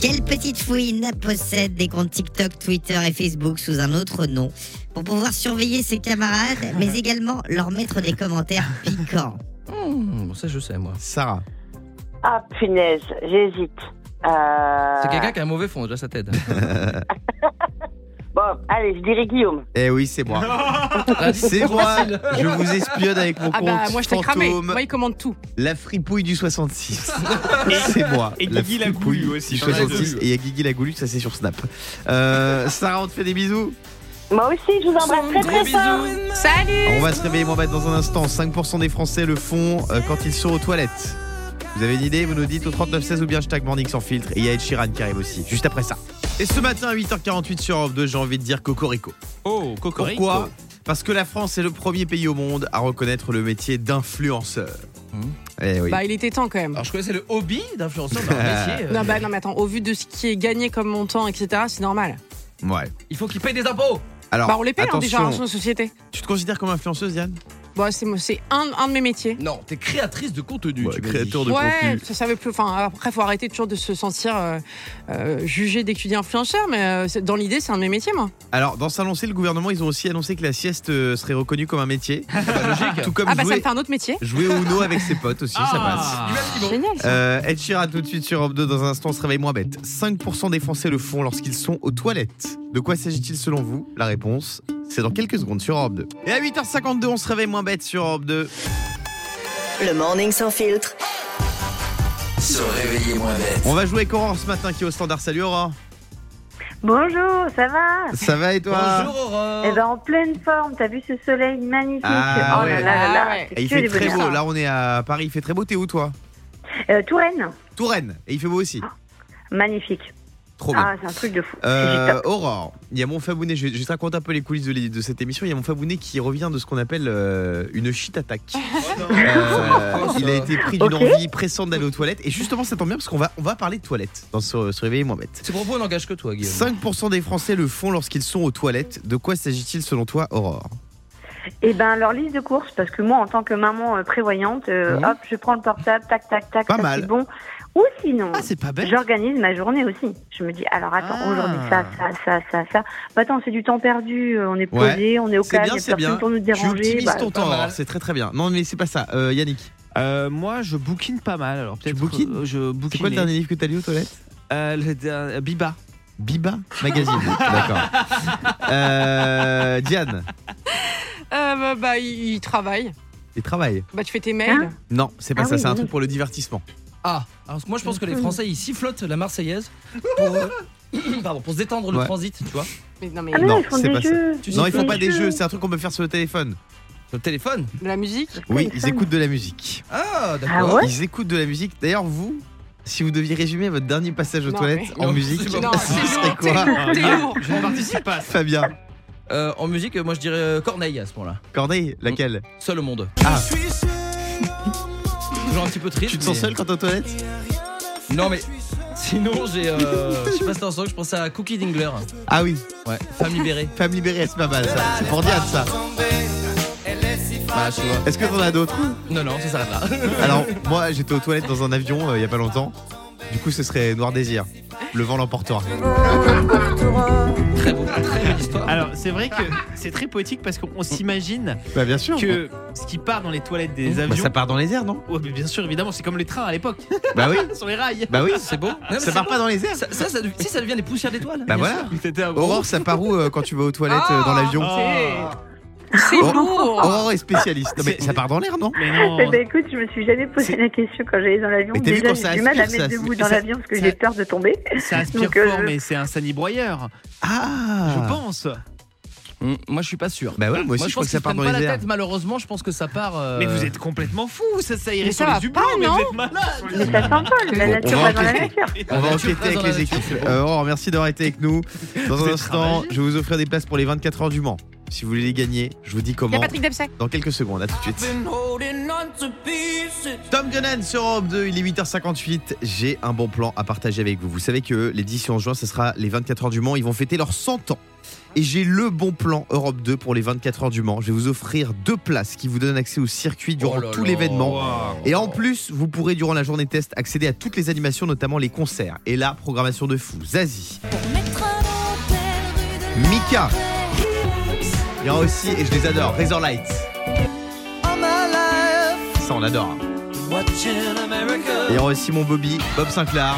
Speaker 13: Quelle petite fouine possède des comptes TikTok, Twitter et Facebook sous un autre nom pour pouvoir surveiller ses camarades, mais également leur mettre des commentaires piquants
Speaker 2: Hmm, bon, ça, je sais, moi.
Speaker 3: Sarah.
Speaker 12: Ah, punaise, j'hésite. Euh,
Speaker 2: C'est quelqu'un qui a un mauvais fond, déjà sa tête.
Speaker 12: Bon, allez, je dirais Guillaume.
Speaker 3: Eh oui, c'est moi. c'est moi. Je vous espionne avec mon
Speaker 5: Ah
Speaker 3: compte
Speaker 5: bah moi je t'ai cramé.
Speaker 3: fantôme.
Speaker 5: Moi il commande tout.
Speaker 3: La fripouille du 66. c'est moi.
Speaker 6: et
Speaker 3: la
Speaker 6: Guigui la
Speaker 3: fripouille
Speaker 6: Goulue aussi.
Speaker 3: du
Speaker 6: J'en ai
Speaker 3: 66.
Speaker 6: deux.
Speaker 3: Et il y a Guigui la Goulue, ça c'est sur Snap. Euh, Sarah, on te fait des bisous.
Speaker 12: Moi aussi, je vous embrasse très très fort.
Speaker 3: On
Speaker 5: Salut
Speaker 3: va se réveiller, moi, dans un instant. 5% des Français le font euh, quand ils sont aux toilettes. Vous avez une idée Vous nous dites au 3916 ou bien hashtag Morning sans filtre. Et il y a Ed Sheeran qui arrive aussi, juste après ça. Et ce matin à 8h48 sur Europe 2, j'ai envie de dire Cocorico.
Speaker 6: Oh, Cocorico.
Speaker 3: Pourquoi Parce que la France est le premier pays au monde à reconnaître le métier d'influenceur.
Speaker 6: Mmh.
Speaker 3: Eh oui.
Speaker 5: Bah il était temps quand même.
Speaker 2: Alors je connaissais le hobby d'influenceur,
Speaker 3: mais un métier, Ah, euh.
Speaker 5: Non bah non mais attends, au vu de ce qui est gagné comme montant, etc. c'est normal.
Speaker 3: Ouais.
Speaker 2: Il faut qu'il paye des impôts
Speaker 3: Alors,
Speaker 5: bah on les paye hein, déjà
Speaker 3: attention.
Speaker 5: hein, sur nos sociétés.
Speaker 3: Tu te considères comme influenceuse, Diane
Speaker 5: Bon c'est moi- c'est un, un de mes métiers.
Speaker 2: Non, t'es créatrice de contenu. tu m'as dit.
Speaker 5: ouais, ça, ça veut plus. Enfin, après, faut arrêter toujours de se sentir euh, euh, jugé dès que tu dis influenceur, mais euh, c'est- dans l'idée, c'est un de mes métiers, moi.
Speaker 3: Alors, dans sa lancée, le gouvernement, ils ont aussi annoncé que la sieste euh, serait reconnue comme un métier. Tout comme
Speaker 5: ah bah ça me
Speaker 3: jouer,
Speaker 5: fait un Ah. autre métier.
Speaker 3: jouer au Uno avec ses potes aussi, ça passe.
Speaker 2: Ah.
Speaker 6: Ah.
Speaker 5: Génial. ça.
Speaker 3: Euh, Ed Sheeran tout de suite sur Europe 2 dans un instant, on se réveille moins bête. 5% des Français le font lorsqu'ils sont aux toilettes. De quoi s'agit-il selon vous La réponse, c'est dans quelques secondes sur Europe 2. Et à 8h52, on se réveille moins bête sur Europe 2.
Speaker 11: Le morning sans filtre.
Speaker 10: Se réveiller moins bête.
Speaker 3: On va jouer avec Aurore ce matin qui est au standard. Salut Aurore.
Speaker 8: Bonjour, ça va
Speaker 3: Ça va et toi
Speaker 2: Bonjour Aurore
Speaker 8: Eh ben en pleine forme, t'as vu ce soleil magnifique
Speaker 3: Oh. Ah
Speaker 8: Oh
Speaker 3: ouais.
Speaker 8: là là là là,
Speaker 5: Ah ouais.
Speaker 8: c'est
Speaker 3: Et il
Speaker 8: que
Speaker 3: fait
Speaker 8: du
Speaker 3: très
Speaker 8: bonheur.
Speaker 3: beau. Là, on est à Paris. Il fait très beau. T'es où toi
Speaker 8: Euh, Touraine,
Speaker 3: Touraine. Et il fait beau aussi.
Speaker 5: Ah.
Speaker 8: magnifique.
Speaker 3: Trop bien.
Speaker 8: Ah, c'est un truc de fou.
Speaker 3: Euh, Aurore, il y a mon fabounet, je, je te raconte un peu les coulisses de, l'é- de cette émission, il y a mon fabounet qui revient de ce qu'on appelle euh, une shit attack.
Speaker 8: Ah,
Speaker 3: Euh, il a été pris d'une
Speaker 2: Ok.
Speaker 3: envie pressante d'aller aux toilettes et justement ça tombe bien parce qu'on va, on va parler de toilettes dans ce, ce réveil moins bête.
Speaker 2: Ces propos n'engagent que toi, Guillaume.
Speaker 3: 5% des Français le font lorsqu'ils sont aux toilettes. De quoi s'agit-il selon toi, Aurore
Speaker 8: Et ben leur liste de courses, parce que moi en tant que maman euh, prévoyante, euh,
Speaker 3: Mhm.
Speaker 8: hop, je prends le portable, tac tac tac,
Speaker 3: Pas
Speaker 8: Bah, ça,
Speaker 3: mal. Ah,
Speaker 8: c'est bon. Ou sinon,
Speaker 3: pas
Speaker 8: j'organise ma journée aussi. Je me dis alors attends,
Speaker 3: Ah.
Speaker 8: aujourd'hui ça ça ça ça ça. Bah, attends, c'est du temps perdu, euh, on est
Speaker 3: Ouais.
Speaker 8: posé, on est au
Speaker 3: C'est
Speaker 8: calme, il
Speaker 3: bien,
Speaker 8: y a
Speaker 3: c'est
Speaker 8: personne
Speaker 3: bien.
Speaker 8: pour nous
Speaker 3: Tu
Speaker 8: déranger.
Speaker 3: optimises
Speaker 8: bah,
Speaker 3: ton
Speaker 8: pas
Speaker 3: temps,
Speaker 8: mal.
Speaker 3: Aurore, c'est très très bien. Non mais c'est pas ça, Euh, Yannick.
Speaker 6: Euh, moi, je bouquine pas mal. Alors, peut-être.
Speaker 3: bouquines
Speaker 6: euh, je bouquine.
Speaker 3: C'est quoi le
Speaker 6: les-
Speaker 3: dernier livre que t'as lu aux toilettes
Speaker 6: Euh, le dernier- Biba.
Speaker 3: Biba Magazine, d'accord. Euh, Diane,
Speaker 5: Euh, bah, bah, il, il travaille.
Speaker 3: il travaille
Speaker 5: Bah, tu fais tes mails.
Speaker 3: Non, c'est pas
Speaker 5: Ah
Speaker 3: ça,
Speaker 5: oui,
Speaker 3: c'est un
Speaker 5: oui.
Speaker 3: truc pour le divertissement.
Speaker 2: Ah, alors moi je pense
Speaker 8: Mm-hmm.
Speaker 2: que les Français ils sifflotent la Marseillaise pour, euh, pardon, pour se détendre le
Speaker 3: Ouais.
Speaker 2: transit, tu vois.
Speaker 5: Mais non, mais
Speaker 8: Ah, mais non, ils font
Speaker 3: c'est
Speaker 8: des
Speaker 3: pas ça.
Speaker 8: jeux.
Speaker 2: Tu
Speaker 3: Non,
Speaker 2: sais
Speaker 3: ils font
Speaker 2: pas
Speaker 3: pas
Speaker 2: les
Speaker 3: des
Speaker 2: jeux.
Speaker 3: jeux, c'est un truc qu'on peut faire sur le téléphone.
Speaker 2: Sur le téléphone
Speaker 5: de la musique.
Speaker 3: Oui, ils écoutent de la musique.
Speaker 2: Ah,
Speaker 8: d'accord. Ah ouais
Speaker 3: Ils écoutent de la musique. D'ailleurs, vous, si vous deviez résumer votre dernier passage aux
Speaker 5: Non,
Speaker 3: toilettes
Speaker 5: mais-
Speaker 3: en
Speaker 5: Non,
Speaker 3: musique,
Speaker 5: c'est- non, c'est
Speaker 3: ce serait
Speaker 5: lourd,
Speaker 3: quoi
Speaker 5: t'es
Speaker 6: Euh,
Speaker 5: lourd, t'es lourd.
Speaker 6: Je ne participe pas.
Speaker 3: Fabien,
Speaker 2: Euh, en musique, moi je dirais euh, Corneille à ce moment-là.
Speaker 3: Corneille, laquelle
Speaker 2: Seul au monde.
Speaker 3: Ah,
Speaker 2: Toujours un petit peu triste.
Speaker 3: tu te sens
Speaker 2: mais-
Speaker 3: seul quand t'es aux toilettes
Speaker 2: Non mais sinon j'ai, euh, je sais pas si t'en sens, je pensais à Cookie Dingler.
Speaker 3: Ah oui.
Speaker 2: Ouais, femme libérée.
Speaker 3: Femme libérée, c'est pas mal ça. C'est pour Diane ça. Ah.
Speaker 2: Bah, tu vois.
Speaker 3: Est-ce que t'en as d'autres
Speaker 2: Non non, ça s'arrête là.
Speaker 3: Alors, moi, j'étais aux toilettes dans un avion euh, il y a pas longtemps. Du coup, ce serait Noir Désir. Le vent l'emportera.
Speaker 2: Très beau, très belle histoire.
Speaker 6: Alors, c'est vrai que c'est très poétique parce qu'on s'imagine
Speaker 3: Bah, bien sûr.
Speaker 6: que ce qui part dans les toilettes des
Speaker 3: Bah,
Speaker 6: avions.
Speaker 3: ça part dans les airs, non
Speaker 6: Ouais, mais bien sûr, évidemment, c'est comme les trains à l'époque.
Speaker 3: Bah oui.
Speaker 6: Sur les rails.
Speaker 3: Bah oui.
Speaker 2: C'est beau.
Speaker 3: Ça part pas dans les airs.
Speaker 2: Ça, ça, ça, dev- si, ça devient des poussières d'étoiles. hein.
Speaker 3: Bah
Speaker 2: bien
Speaker 3: voilà.
Speaker 2: sûr.
Speaker 6: Oh,
Speaker 3: Aurore, ça part où euh, quand tu vas aux toilettes euh, dans l'avion
Speaker 6: Ah.
Speaker 8: C'est
Speaker 3: Aurore-
Speaker 8: lourd.
Speaker 3: Aurore est spécialiste. Non, mais ça part dans l'air, non
Speaker 8: Oh. Eh ben, écoute, je me suis jamais posé la question quand j'allais dans l'avion.
Speaker 3: Mais t'as vu
Speaker 8: Déjà,
Speaker 3: quand
Speaker 8: j'ai
Speaker 3: ça
Speaker 8: du mal à
Speaker 3: aspire,
Speaker 8: mettre
Speaker 3: ça-
Speaker 8: debout
Speaker 3: mais
Speaker 8: dans
Speaker 3: ça-
Speaker 8: l'avion parce que j'ai peur de tomber.
Speaker 6: Ça aspire
Speaker 8: Donc, euh,
Speaker 6: fort, mais c'est un sanibroyeur.
Speaker 3: Ah
Speaker 6: Je pense.
Speaker 2: Mm, Moi, je suis pas sûr.
Speaker 3: Bah ouais, moi aussi,
Speaker 2: je,
Speaker 3: je crois
Speaker 2: pense
Speaker 3: que ça
Speaker 2: qu'ils
Speaker 3: part
Speaker 2: prennent
Speaker 3: dans
Speaker 2: pas
Speaker 3: les
Speaker 2: la
Speaker 3: airs.
Speaker 2: tête, malheureusement, je pense que ça part. euh,
Speaker 6: Mais vous êtes complètement fou, ça, ça irait
Speaker 5: Mais
Speaker 6: sur
Speaker 5: ça va
Speaker 6: les hublins,
Speaker 5: pas,
Speaker 6: mais
Speaker 5: non
Speaker 6: vous êtes malade.
Speaker 8: Mais ça s'envole, la
Speaker 3: Bon,
Speaker 8: nature
Speaker 3: on
Speaker 8: va
Speaker 3: va
Speaker 8: dans la
Speaker 3: enquêter.
Speaker 8: nature.
Speaker 3: On va
Speaker 2: La nature
Speaker 3: enquêter
Speaker 2: passe dans la
Speaker 3: avec les
Speaker 2: nature,
Speaker 3: équipes.
Speaker 2: c'est bon.
Speaker 3: Euh, Aurore, merci d'avoir été avec nous. Dans
Speaker 6: Vous
Speaker 3: un
Speaker 6: êtes
Speaker 3: instant,
Speaker 6: travaillé.
Speaker 3: je vais vous offrir des places pour les 24 heures du Mans. Si vous voulez les gagner, je vous dis
Speaker 5: Il y a
Speaker 3: comment.
Speaker 5: Patrick Dempsey.
Speaker 3: Dans quelques secondes, à tout de suite. Tom Grennan sur Europe 2, il est 8h58. J'ai un bon plan à partager avec vous. Vous savez que les 10 et 11 juin, ce sera les 24 heures du Mans. Ils vont fêter leurs 100 ans. Et j'ai le bon plan Europe 2 pour les 24 heures du Mans. Je vais vous offrir deux places qui vous donnent accès au circuit durant
Speaker 2: Oh là
Speaker 3: tout
Speaker 2: là.
Speaker 3: l'événement.
Speaker 6: Wow.
Speaker 3: Et en plus, vous pourrez durant la journée test accéder à toutes les animations, notamment les concerts. Et là, programmation de fou. Zazie, Mika. Il y a aussi, et je les adore, Razor Lights. Ça, on hein. adore. Il y aura aussi mon Bobby, Bob Sinclair.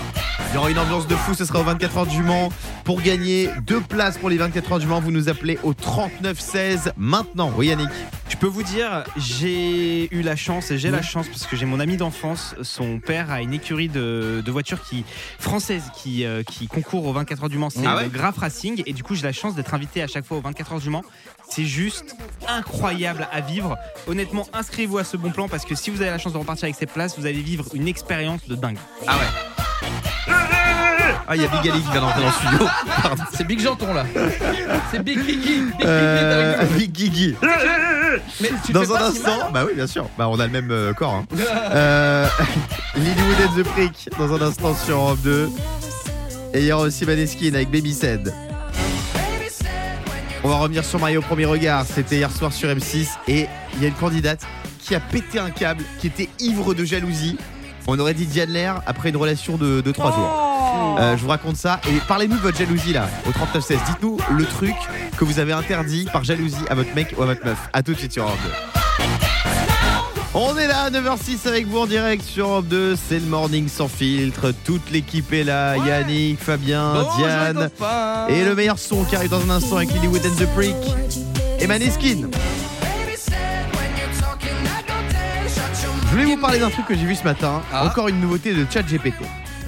Speaker 3: Il y aura une ambiance de fou, ce sera aux 24 heures du Mans. Pour gagner deux places pour les 24 heures du Mans, vous nous appelez au 3916 maintenant. Oui, Yannick.
Speaker 6: Je peux vous dire, j'ai eu la chance, et j'ai
Speaker 3: Oui.
Speaker 6: la chance parce que j'ai mon ami d'enfance, son père a une écurie de, de voitures qui, française qui, euh, qui concourt aux 24 heures du Mans, c'est
Speaker 3: Ah ouais
Speaker 6: le Graf Racing, et du coup j'ai la chance d'être invité à chaque fois aux 24 heures du Mans. C'est juste incroyable à vivre. Honnêtement, inscrivez-vous à ce bon plan parce que si vous avez la chance de repartir avec ces places, vous allez vivre une expérience de dingue.
Speaker 3: Ah ouais. Ah, il y a Big Ali qui vient d'entrer dans le studio. Pardon.
Speaker 2: C'est Big Janton là. C'est Big Gigi. Big Gigi
Speaker 3: Euh,
Speaker 2: avec nous.
Speaker 3: Big Gigi.
Speaker 2: Mais tu le
Speaker 3: Dans
Speaker 2: fais
Speaker 3: un
Speaker 2: pas si mal,
Speaker 3: instant, bah oui, bien sûr. Bah, on a le même euh, corps. hein. Euh, Lily Wood and the Prick dans un instant sur Europe 2. Et il y aura aussi Maneskin avec Baby Said. On va revenir sur Mario au premier regard. C'était hier soir sur M6 et il y a une candidate qui a pété un câble, qui était ivre de jalousie. On aurait dit Diane Lair après une relation de, de 3 jours.
Speaker 11: Oh,
Speaker 3: Euh, je vous raconte ça et parlez-nous de votre jalousie là au 3916. Dites-nous le truc que vous avez interdit par jalousie à votre mec ou à votre meuf. À tout de suite sur Europe 2. On est là à 9h06 avec vous en direct sur Europe 2, c'est le morning sans filtre, toute l'équipe est là, Yannick, Fabien,
Speaker 2: Bonjour, les
Speaker 3: Diane
Speaker 2: copains.
Speaker 3: et le meilleur son qui arrive dans un instant avec Lilywood and the Prick et Maneskin. Je voulais vous parler d'un truc que j'ai vu ce matin,
Speaker 2: Ah.
Speaker 3: encore une nouveauté de ChatGPT.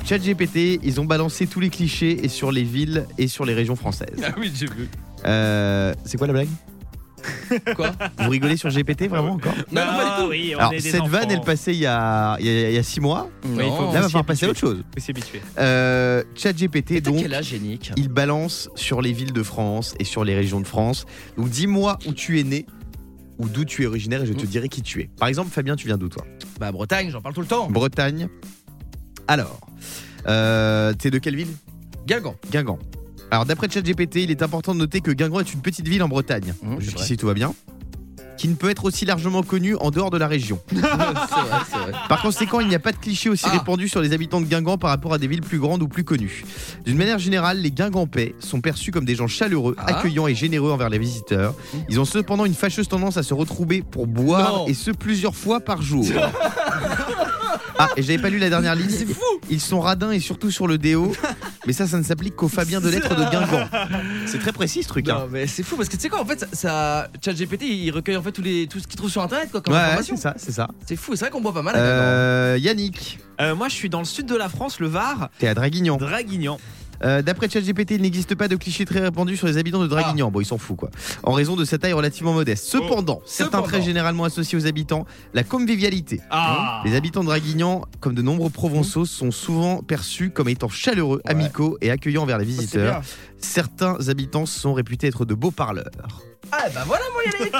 Speaker 3: ChatGPT, ils ont balancé tous les clichés et sur les villes et sur les régions françaises.
Speaker 2: Ah oui, j'ai vu.
Speaker 3: Euh, c'est quoi la blague
Speaker 2: Quoi
Speaker 3: Vous rigolez sur GPT vraiment encore
Speaker 2: Non, non, pas du tout.
Speaker 6: Ah oui, on
Speaker 3: Alors
Speaker 6: est des
Speaker 3: cette vanne
Speaker 6: enfants.
Speaker 3: elle passait il y a 6 il y a six mois,
Speaker 6: Oui, il faut
Speaker 2: Non.
Speaker 3: là va
Speaker 6: s'y
Speaker 3: falloir passer à autre
Speaker 6: habituer.
Speaker 3: chose.
Speaker 6: Faut s'y habituer.
Speaker 3: Euh, ChatGPT
Speaker 2: T'as
Speaker 3: donc
Speaker 2: quel âge, Yannick
Speaker 3: il balance sur les villes de France et sur les régions de France. Donc dis-moi où tu es né ou d'où tu es originaire et je te
Speaker 2: Mmh.
Speaker 3: dirai qui tu es. Par exemple, Fabien, tu viens d'où toi
Speaker 2: Bah, Bretagne, j'en parle tout le temps.
Speaker 3: Bretagne. Alors, euh, t'es de quelle ville
Speaker 2: Guingamp.
Speaker 3: Guingamp. Alors d'après ChatGPT, il est important de noter que Guingamp est une petite ville en Bretagne.
Speaker 2: Mmh, c'est
Speaker 3: Jusqu'ici tout va bien. Qui ne peut être aussi largement connue en dehors de la région.
Speaker 2: c'est vrai, c'est vrai.
Speaker 3: Par conséquent, il n'y a pas de cliché aussi
Speaker 2: Ah.
Speaker 3: répandu sur les habitants de Guingamp par rapport à des villes plus grandes ou plus connues. D'une manière générale, les Guingampais sont perçus comme des gens chaleureux,
Speaker 2: Ah.
Speaker 3: accueillants et généreux envers les visiteurs. Ils ont cependant une fâcheuse tendance à se retrouver pour boire
Speaker 2: Non.
Speaker 3: et ce plusieurs fois par jour. Ah, et j'avais pas lu la dernière ligne.
Speaker 2: C'est fou
Speaker 3: Ils sont radins et surtout sur le déo, mais ça, ça ne s'applique qu'aux Fabiens de lettres de Guingamp. C'est très précis ce truc. hein.
Speaker 2: Non, mais c'est fou parce que tu sais quoi en fait ça, ça ChatGPT il recueille en fait tous les tout ce qu'il trouve sur internet quoi comme
Speaker 3: Ouais,
Speaker 2: information.
Speaker 3: c'est ça, c'est ça.
Speaker 2: C'est fou, c'est vrai qu'on boit pas mal à Guingamp.
Speaker 3: Euh, Yannick,
Speaker 6: Euh, moi je suis dans le sud de la France, le Var,
Speaker 3: t'es à Draguignan.
Speaker 6: Draguignan.
Speaker 3: Euh, D'après ChatGPT, il n'existe pas de clichés très répandus sur les habitants de Draguignan. Bon, ils s'en foutent quoi. En raison de sa taille relativement modeste. Cependant, certains
Speaker 2: Ah. Oh. Cependant.
Speaker 3: traits généralement associés aux habitants, la convivialité. hein,
Speaker 6: Ah.
Speaker 3: Les habitants de Draguignan, comme de nombreux Provençaux, sont souvent perçus comme étant chaleureux,
Speaker 2: Ouais.
Speaker 3: amicaux et accueillants envers les
Speaker 2: Ça, c'est
Speaker 3: visiteurs.
Speaker 2: bien.
Speaker 3: Certains habitants sont réputés être de beaux parleurs.
Speaker 2: Ah bah voilà mon Yannick.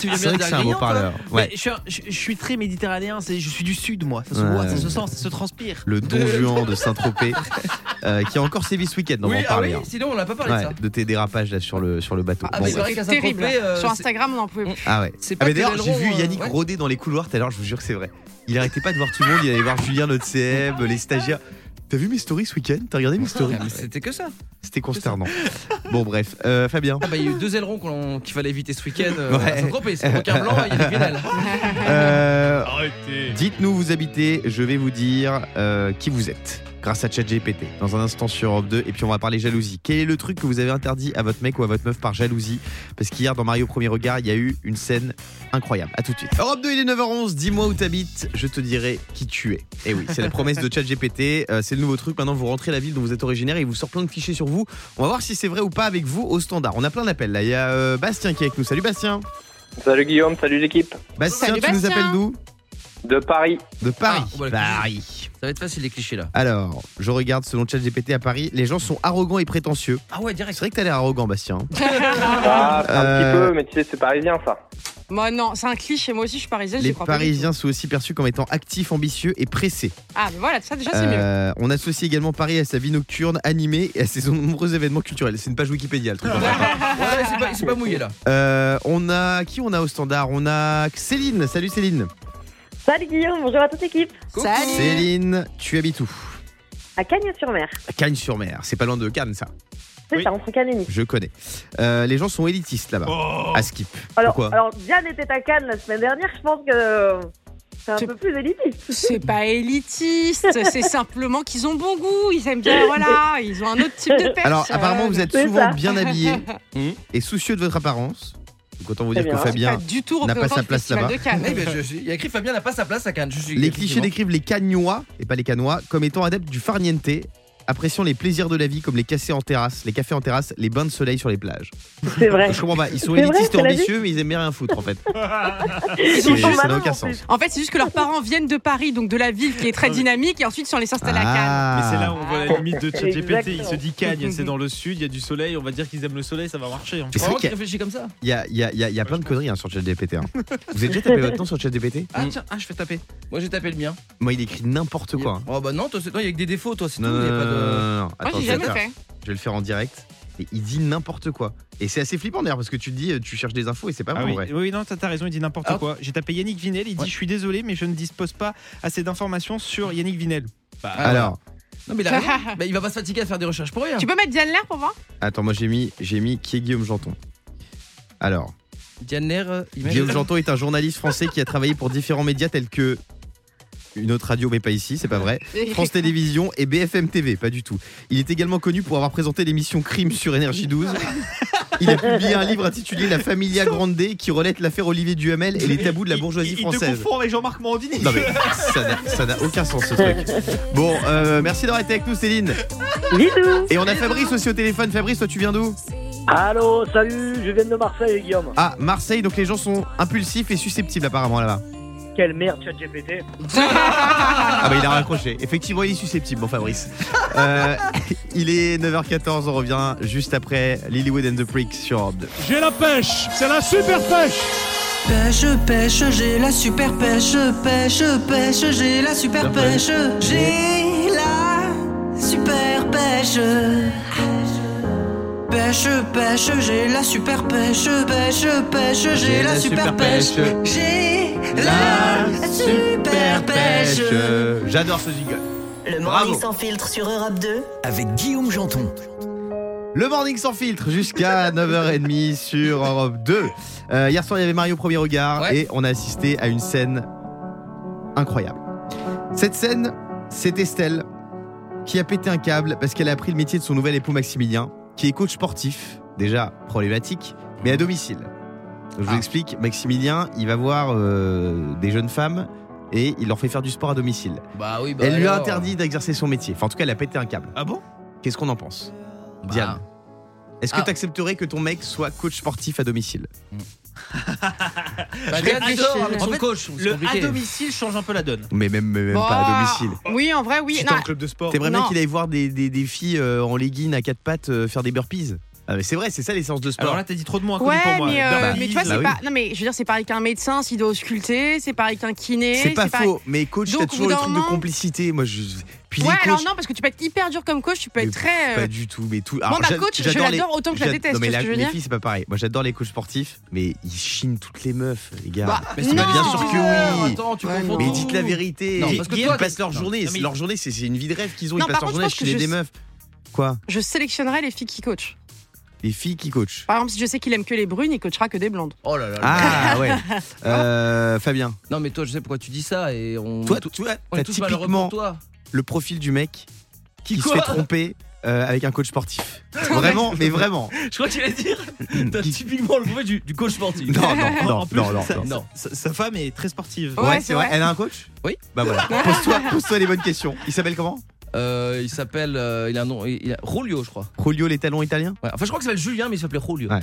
Speaker 2: tu viens
Speaker 3: C'est vrai
Speaker 2: bien
Speaker 3: que c'est un
Speaker 2: d'Arguignan, toi
Speaker 3: beau parleur.
Speaker 6: Mais
Speaker 3: Ouais.
Speaker 6: je, suis un- je- je suis très méditerranéen, c'est- je suis du sud moi, ça se
Speaker 3: Ouais.
Speaker 6: voit, ça se sent, ça se transpire.
Speaker 3: Le Don Juan de Saint-Tropez, euh, qui a encore sévi ce week-end, on va
Speaker 2: Oui,
Speaker 3: en
Speaker 2: ah
Speaker 3: parler.
Speaker 2: oui,
Speaker 3: hein.
Speaker 2: sinon on n'a pas parlé
Speaker 3: Ouais,
Speaker 2: de ça.
Speaker 3: de tes dérapages là sur le, sur le bateau.
Speaker 2: Ah,
Speaker 3: Bon,
Speaker 2: mais
Speaker 3: bref.
Speaker 2: c'est vrai qu'à
Speaker 5: Terrible.
Speaker 2: Saint-Tropez, euh,
Speaker 5: Sur
Speaker 2: c'est-
Speaker 5: Instagram, on n'en pouvait plus.
Speaker 3: Ah ouais.
Speaker 2: C'est pas
Speaker 3: Ah mais
Speaker 2: que
Speaker 3: d'ailleurs,
Speaker 2: des
Speaker 3: j'ai vu
Speaker 2: ailerons, euh,
Speaker 3: Yannick
Speaker 2: ouais.
Speaker 3: rôder dans les couloirs tout à l'heure, je vous jure que c'est vrai. Il arrêtait pas de voir tout le monde, il allait voir Julien, notre CM, les stagiaires. Putain, T'as vu mes stories ce week-end T'as regardé mes stories
Speaker 2: Ah, Mais C'était que ça.
Speaker 3: C'était consternant. Bon, bref. Euh, Fabien.
Speaker 2: Ah bah, il y a eu deux ailerons qu'on- qu'il fallait éviter ce week-end. Euh,
Speaker 3: Ouais.
Speaker 2: à Saint-Tropez. C'est le requin blanc et les Grenelles.
Speaker 3: Euh, Dites-nous où vous habitez, je vais vous dire euh, qui vous êtes grâce à ChatGPT dans un instant sur Europe 2 et puis on va parler jalousie. Quel est le truc que vous avez interdit à votre mec ou à votre meuf par jalousie Parce qu'hier dans Mario Premier Regard, il y a eu une scène incroyable. À tout de suite. Europe 2, il est 9h11, dis-moi où t'habites, je te dirai qui tu es. Et oui, c'est la promesse de ChatGPT, euh, c'est le nouveau truc. Maintenant, vous rentrez la ville dont vous êtes originaire et il vous sort plein de fichiers sur vous. On va voir si c'est vrai ou pas avec vous au standard. On a plein d'appels là, il y a euh, Bastien qui est avec nous. Salut Bastien.
Speaker 14: Salut Guillaume, salut l'équipe.
Speaker 3: Bastien, tu nous appelles d'où
Speaker 14: De Paris.
Speaker 3: De Paris.
Speaker 2: Ah, on va la
Speaker 3: Paris.
Speaker 2: Ça va être facile les clichés là.
Speaker 3: Alors, je regarde selon ChatGPT à Paris, les gens sont arrogants et prétentieux.
Speaker 2: Ah ouais, direct.
Speaker 3: C'est vrai que t'as l'air arrogant, Bastien. hein.
Speaker 14: Ah, c'est un petit
Speaker 3: Euh,
Speaker 14: peu, mais tu sais, c'est parisien ça.
Speaker 5: Moi, non, c'est un cliché. Moi aussi, je suis parisienne. j'y
Speaker 3: Les
Speaker 5: crois pas du
Speaker 3: Parisiens sont aussi perçus comme étant actifs, ambitieux et pressés.
Speaker 5: tout. Ah, mais voilà, ça déjà, c'est mieux.
Speaker 3: Euh, on associe également Paris à sa vie nocturne, animée et à ses nombreux événements culturels. C'est une page Wikipédia, le truc. hein.
Speaker 5: Ah.
Speaker 2: Ouais, c'est pas, c'est pas mouillé là.
Speaker 3: Euh, on a qui on a au standard On a Céline. Salut Céline.
Speaker 15: Salut Guillaume, bonjour à toute l'équipe.
Speaker 3: Céline, tu habites où
Speaker 15: À Cagnes-sur-Mer,
Speaker 3: À Cagnes-sur-Mer. C'est pas loin de Cannes, ça.
Speaker 15: c'est ça, entre Cannes et Nice.
Speaker 3: Je connais. Euh, les gens sont élitistes là-bas. À Skip.
Speaker 15: Alors,
Speaker 3: Pourquoi
Speaker 15: alors, Diane était à Cannes la semaine dernière, je pense que c'est un peu plus élitiste.
Speaker 5: C'est pas élitiste, c'est simplement qu'ils ont bon goût, ils aiment bien, voilà, ils ont un autre type de personne.
Speaker 3: Alors,
Speaker 5: euh,
Speaker 3: apparemment, vous êtes souvent bien habillés
Speaker 5: Hmm.
Speaker 3: et soucieux de votre apparence. Donc, autant
Speaker 5: Eh
Speaker 3: vous dire que Fabien n'a pas sa place là-bas.
Speaker 2: Eh ben, je- je- Il y a écrit Fabien n'a pas sa place à Cannes. Je suis-
Speaker 3: Les clichés décrivent les cagnois, et pas les canois, comme étant adeptes du farniente, appréciant les plaisirs de la vie comme les cafés en terrasse, les cafés en terrasse, les bains de soleil sur les plages.
Speaker 15: C'est vrai.
Speaker 3: Je comprends pas. Ils sont
Speaker 5: C'est vrai,
Speaker 3: élitistes
Speaker 5: c'est
Speaker 3: et
Speaker 5: la vie.
Speaker 3: ambitieux, mais ils aiment bien rien foutre en fait.
Speaker 5: Ils
Speaker 3: C'est-
Speaker 5: ont pas
Speaker 3: ça n'a
Speaker 5: mal,
Speaker 3: aucun
Speaker 5: en
Speaker 3: sens.
Speaker 5: plus. En fait, c'est juste que leurs parents viennent de Paris, donc de la ville qui est
Speaker 3: Ah
Speaker 5: très dynamique, et ensuite ils sont allés s'installer à Cannes.
Speaker 6: Mais c'est là où on
Speaker 5: Ah.
Speaker 6: voit la limite de ChatGPT. Il se dit
Speaker 5: Exactement.
Speaker 6: Cagne, c'est dans le sud, il y a du soleil, on va dire qu'ils aiment le soleil, ça va marcher. hein.
Speaker 3: c'est vrai qu'il y a-
Speaker 2: réfléchit comme ça
Speaker 3: Il y a, il y a- il y a- il y a plein de conneries hein, sur ChatGPT. hein. Vous avez déjà tapé votre nom sur ChatGPT
Speaker 2: Ah tiens, ah, je fais taper. Moi j'ai tapé le mien.
Speaker 3: Moi, il écrit n'importe quoi. hein.
Speaker 2: Oh bah non, toi c'est toi, il y a que des défauts, toi c'est tout.
Speaker 3: Non,
Speaker 2: il y a
Speaker 3: non,
Speaker 2: pas de-
Speaker 3: non, non, non. Attends,
Speaker 2: j'ai
Speaker 3: je vais
Speaker 2: jamais
Speaker 3: le faire.
Speaker 2: fait.
Speaker 3: Je vais le faire en direct. Et il dit n'importe quoi. Et c'est assez flippant d'ailleurs parce que tu te dis, euh, tu cherches des infos et c'est pas
Speaker 6: Ah oui.
Speaker 3: vrai. en vrai.
Speaker 6: oui, non, t'as t'as raison, il dit n'importe
Speaker 3: Ah.
Speaker 6: quoi. J'ai tapé Yannick Vinel, il dit Je suis désolé, mais je ne dispose pas assez d'informations sur Yannick Vinel. Bah,
Speaker 3: Alors,
Speaker 2: Ah, Non mais il a raison. Bah, il va pas se fatiguer à faire des recherches pour rien.
Speaker 5: Tu peux mettre Diane Lair pour voir
Speaker 3: attends, moi j'ai mis, j'ai mis qui est Guillaume Janton. Alors,
Speaker 2: Diane Lair, euh, imagine-
Speaker 3: Guillaume Janton est un journaliste français qui a travaillé pour différents médias tels que une autre radio, mais pas ici, c'est pas vrai. France Télévisions et BFM TV, pas du tout. Il est également connu pour avoir présenté l'émission Crime sur Énergie 12. Il a publié un livre intitulé La Familia Grande qui relate l'affaire Olivier Duhamel et les tabous de la bourgeoisie
Speaker 6: il te
Speaker 3: française.
Speaker 6: confond avec Jean-Marc Morandini.
Speaker 3: Non mais ça n'a- ça n'a aucun sens ce truc. Bon, euh, merci d'avoir été avec nous Céline. Et on a Fabrice aussi au téléphone. Fabrice, toi tu viens d'où
Speaker 16: Allô, salut, je viens de Marseille, Guillaume.
Speaker 3: Ah, Marseille, donc les gens sont impulsifs et susceptibles apparemment là-bas.
Speaker 16: Quelle merde, ChatGPT.
Speaker 3: Ah bah il a raccroché. Effectivement, il est susceptible, bon Fabrice. Euh, il est 9h14, on revient juste après Lilywood and the Pricks sur Europe 2.
Speaker 17: J'ai la pêche, c'est la super pêche. Pêche, pêche, j'ai la super pêche, pêche, pêche, j'ai la super pêche, j'ai la super pêche. Pêche, pêche, j'ai la super pêche, pêche, pêche, j'ai la super pêche, j'ai la super pêche.
Speaker 3: J'adore ce jingle.
Speaker 11: Le
Speaker 3: Bravo.
Speaker 11: Morning sans filtre sur Europe 2.
Speaker 3: Avec Guillaume Janton. Le morning sans filtre jusqu'à 9h30 sur Europe 2. Euh, hier soir, il y avait Mario Premier Regard et on a assisté à une scène incroyable. Cette scène, c'est Estelle qui a pété un câble parce qu'elle a appris le métier de son nouvel époux Maximilien, qui est coach sportif, déjà problématique, mais à domicile. Donc,
Speaker 2: Ah.
Speaker 3: je vous explique, Maximilien, il va voir euh, des jeunes femmes et il leur fait faire du sport à domicile.
Speaker 2: Bah oui, bah
Speaker 3: elle lui a
Speaker 2: alors.
Speaker 3: interdit d'exercer son métier. Enfin, en tout cas, elle a pété un câble.
Speaker 6: Ah bon
Speaker 3: Qu'est-ce qu'on en pense
Speaker 2: Bah,
Speaker 3: Diane, est-ce que
Speaker 2: Ah.
Speaker 3: tu accepterais que ton mec soit coach sportif à domicile
Speaker 2: Bah, Diane, tu sors avec son coach. c'est
Speaker 6: Le à
Speaker 2: compliqué. Bah,
Speaker 6: domicile change un peu la donne.
Speaker 3: Mais même, mais même
Speaker 5: Bah,
Speaker 3: pas à domicile.
Speaker 5: Oui, en vrai, oui. Non,
Speaker 3: T'aimerais bien
Speaker 5: Non.
Speaker 3: qu'il aille voir des, des, des filles euh, en legging à quatre pattes euh, faire des burpees Ah, mais C'est vrai, c'est ça les séances de sport.
Speaker 6: Alors là, t'as dit trop de mots
Speaker 5: Ouais,
Speaker 6: inconnus pour moi.
Speaker 5: mais, euh,
Speaker 3: Bah,
Speaker 5: mais tu
Speaker 3: oui.
Speaker 5: vois, c'est
Speaker 3: Bah oui.
Speaker 5: pas. Non, mais je veux dire, c'est pareil qu'un médecin s'il doit ausculter, Eh, c'est pareil qu'un kiné.
Speaker 3: C'est pas
Speaker 5: pareil-
Speaker 3: faux, mais coach,
Speaker 5: Donc,
Speaker 3: t'as
Speaker 5: au bout
Speaker 3: toujours le
Speaker 5: d'un
Speaker 3: truc de
Speaker 5: moment-
Speaker 3: complicité. Moi, je. Puis
Speaker 5: ouais,
Speaker 3: les
Speaker 5: alors
Speaker 3: coachs-
Speaker 5: non, parce que tu peux être hyper dur comme coach, tu peux être très. euh,
Speaker 3: Pas du tout, mais tout.
Speaker 5: Moi,
Speaker 3: Alors,
Speaker 5: ma
Speaker 3: j'a-
Speaker 5: coach, je
Speaker 3: j'adore les-
Speaker 5: l'adore autant que je la
Speaker 3: j'ad-
Speaker 5: déteste,
Speaker 3: Non, mais
Speaker 5: tu vois
Speaker 3: la-
Speaker 5: ce que je veux
Speaker 3: les
Speaker 5: dire
Speaker 3: filles, c'est pas pareil. Moi, j'adore les coachs sportifs, mais ils chinent toutes les meufs, les gars.
Speaker 2: Bah, Mais c'est
Speaker 3: bien
Speaker 2: pas non.
Speaker 3: sûr que
Speaker 2: bizarre,
Speaker 3: oui.
Speaker 2: attends, tu confonds
Speaker 3: mais
Speaker 2: tout.
Speaker 3: dites la vérité.
Speaker 2: Non,
Speaker 3: Ils-
Speaker 2: parce que
Speaker 3: ils
Speaker 2: toi,
Speaker 3: passent leur
Speaker 2: non,
Speaker 3: journée.
Speaker 2: non, mais-
Speaker 3: Leur journée, c'est c'est une vie de rêve qu'ils ont.
Speaker 5: Non,
Speaker 3: ils
Speaker 5: par
Speaker 3: passent leur
Speaker 5: contre,
Speaker 3: journée à
Speaker 5: je pense que
Speaker 3: chiner
Speaker 5: je-
Speaker 3: des meufs. Quoi
Speaker 5: Je sélectionnerai les filles qui coachent.
Speaker 3: Les filles qui coachent.
Speaker 5: Par exemple, si je sais qu'il aime que les brunes, il coachera que des blondes.
Speaker 2: Oh là là.
Speaker 3: Ah ouais. Euh, Fabien,
Speaker 2: Non, mais toi, je sais pourquoi tu dis ça et on.
Speaker 3: Toi,
Speaker 2: on est tous-
Speaker 3: tu vois,
Speaker 2: on est
Speaker 3: t'as
Speaker 2: tous malheureux pour
Speaker 3: typiquement-
Speaker 2: toi.
Speaker 3: le profil du mec qui, se
Speaker 2: quoi
Speaker 3: fait tromper euh, avec un coach sportif. Vraiment, mais vraiment.
Speaker 2: Je crois qu'il allait dire. T'as typiquement le mauvais du, du coach sportif.
Speaker 3: Non, non, non,
Speaker 6: En plus,
Speaker 3: non, non,
Speaker 6: sa,
Speaker 3: non.
Speaker 6: sa- sa- sa femme est très sportive.
Speaker 3: Ouais, c'est vrai. Elle a un coach
Speaker 2: Oui.
Speaker 3: Bah voilà. Pose-toi pose-toi les bonnes questions. Il s'appelle comment
Speaker 2: Euh, il s'appelle. euh, il a un nom. Il, il a, Rolio, je crois.
Speaker 3: Rolio, les talons italiens
Speaker 2: Ouais, Enfin, je crois qu'il s'appelle Julien, mais il s'appelait Rolio.
Speaker 3: Ouais.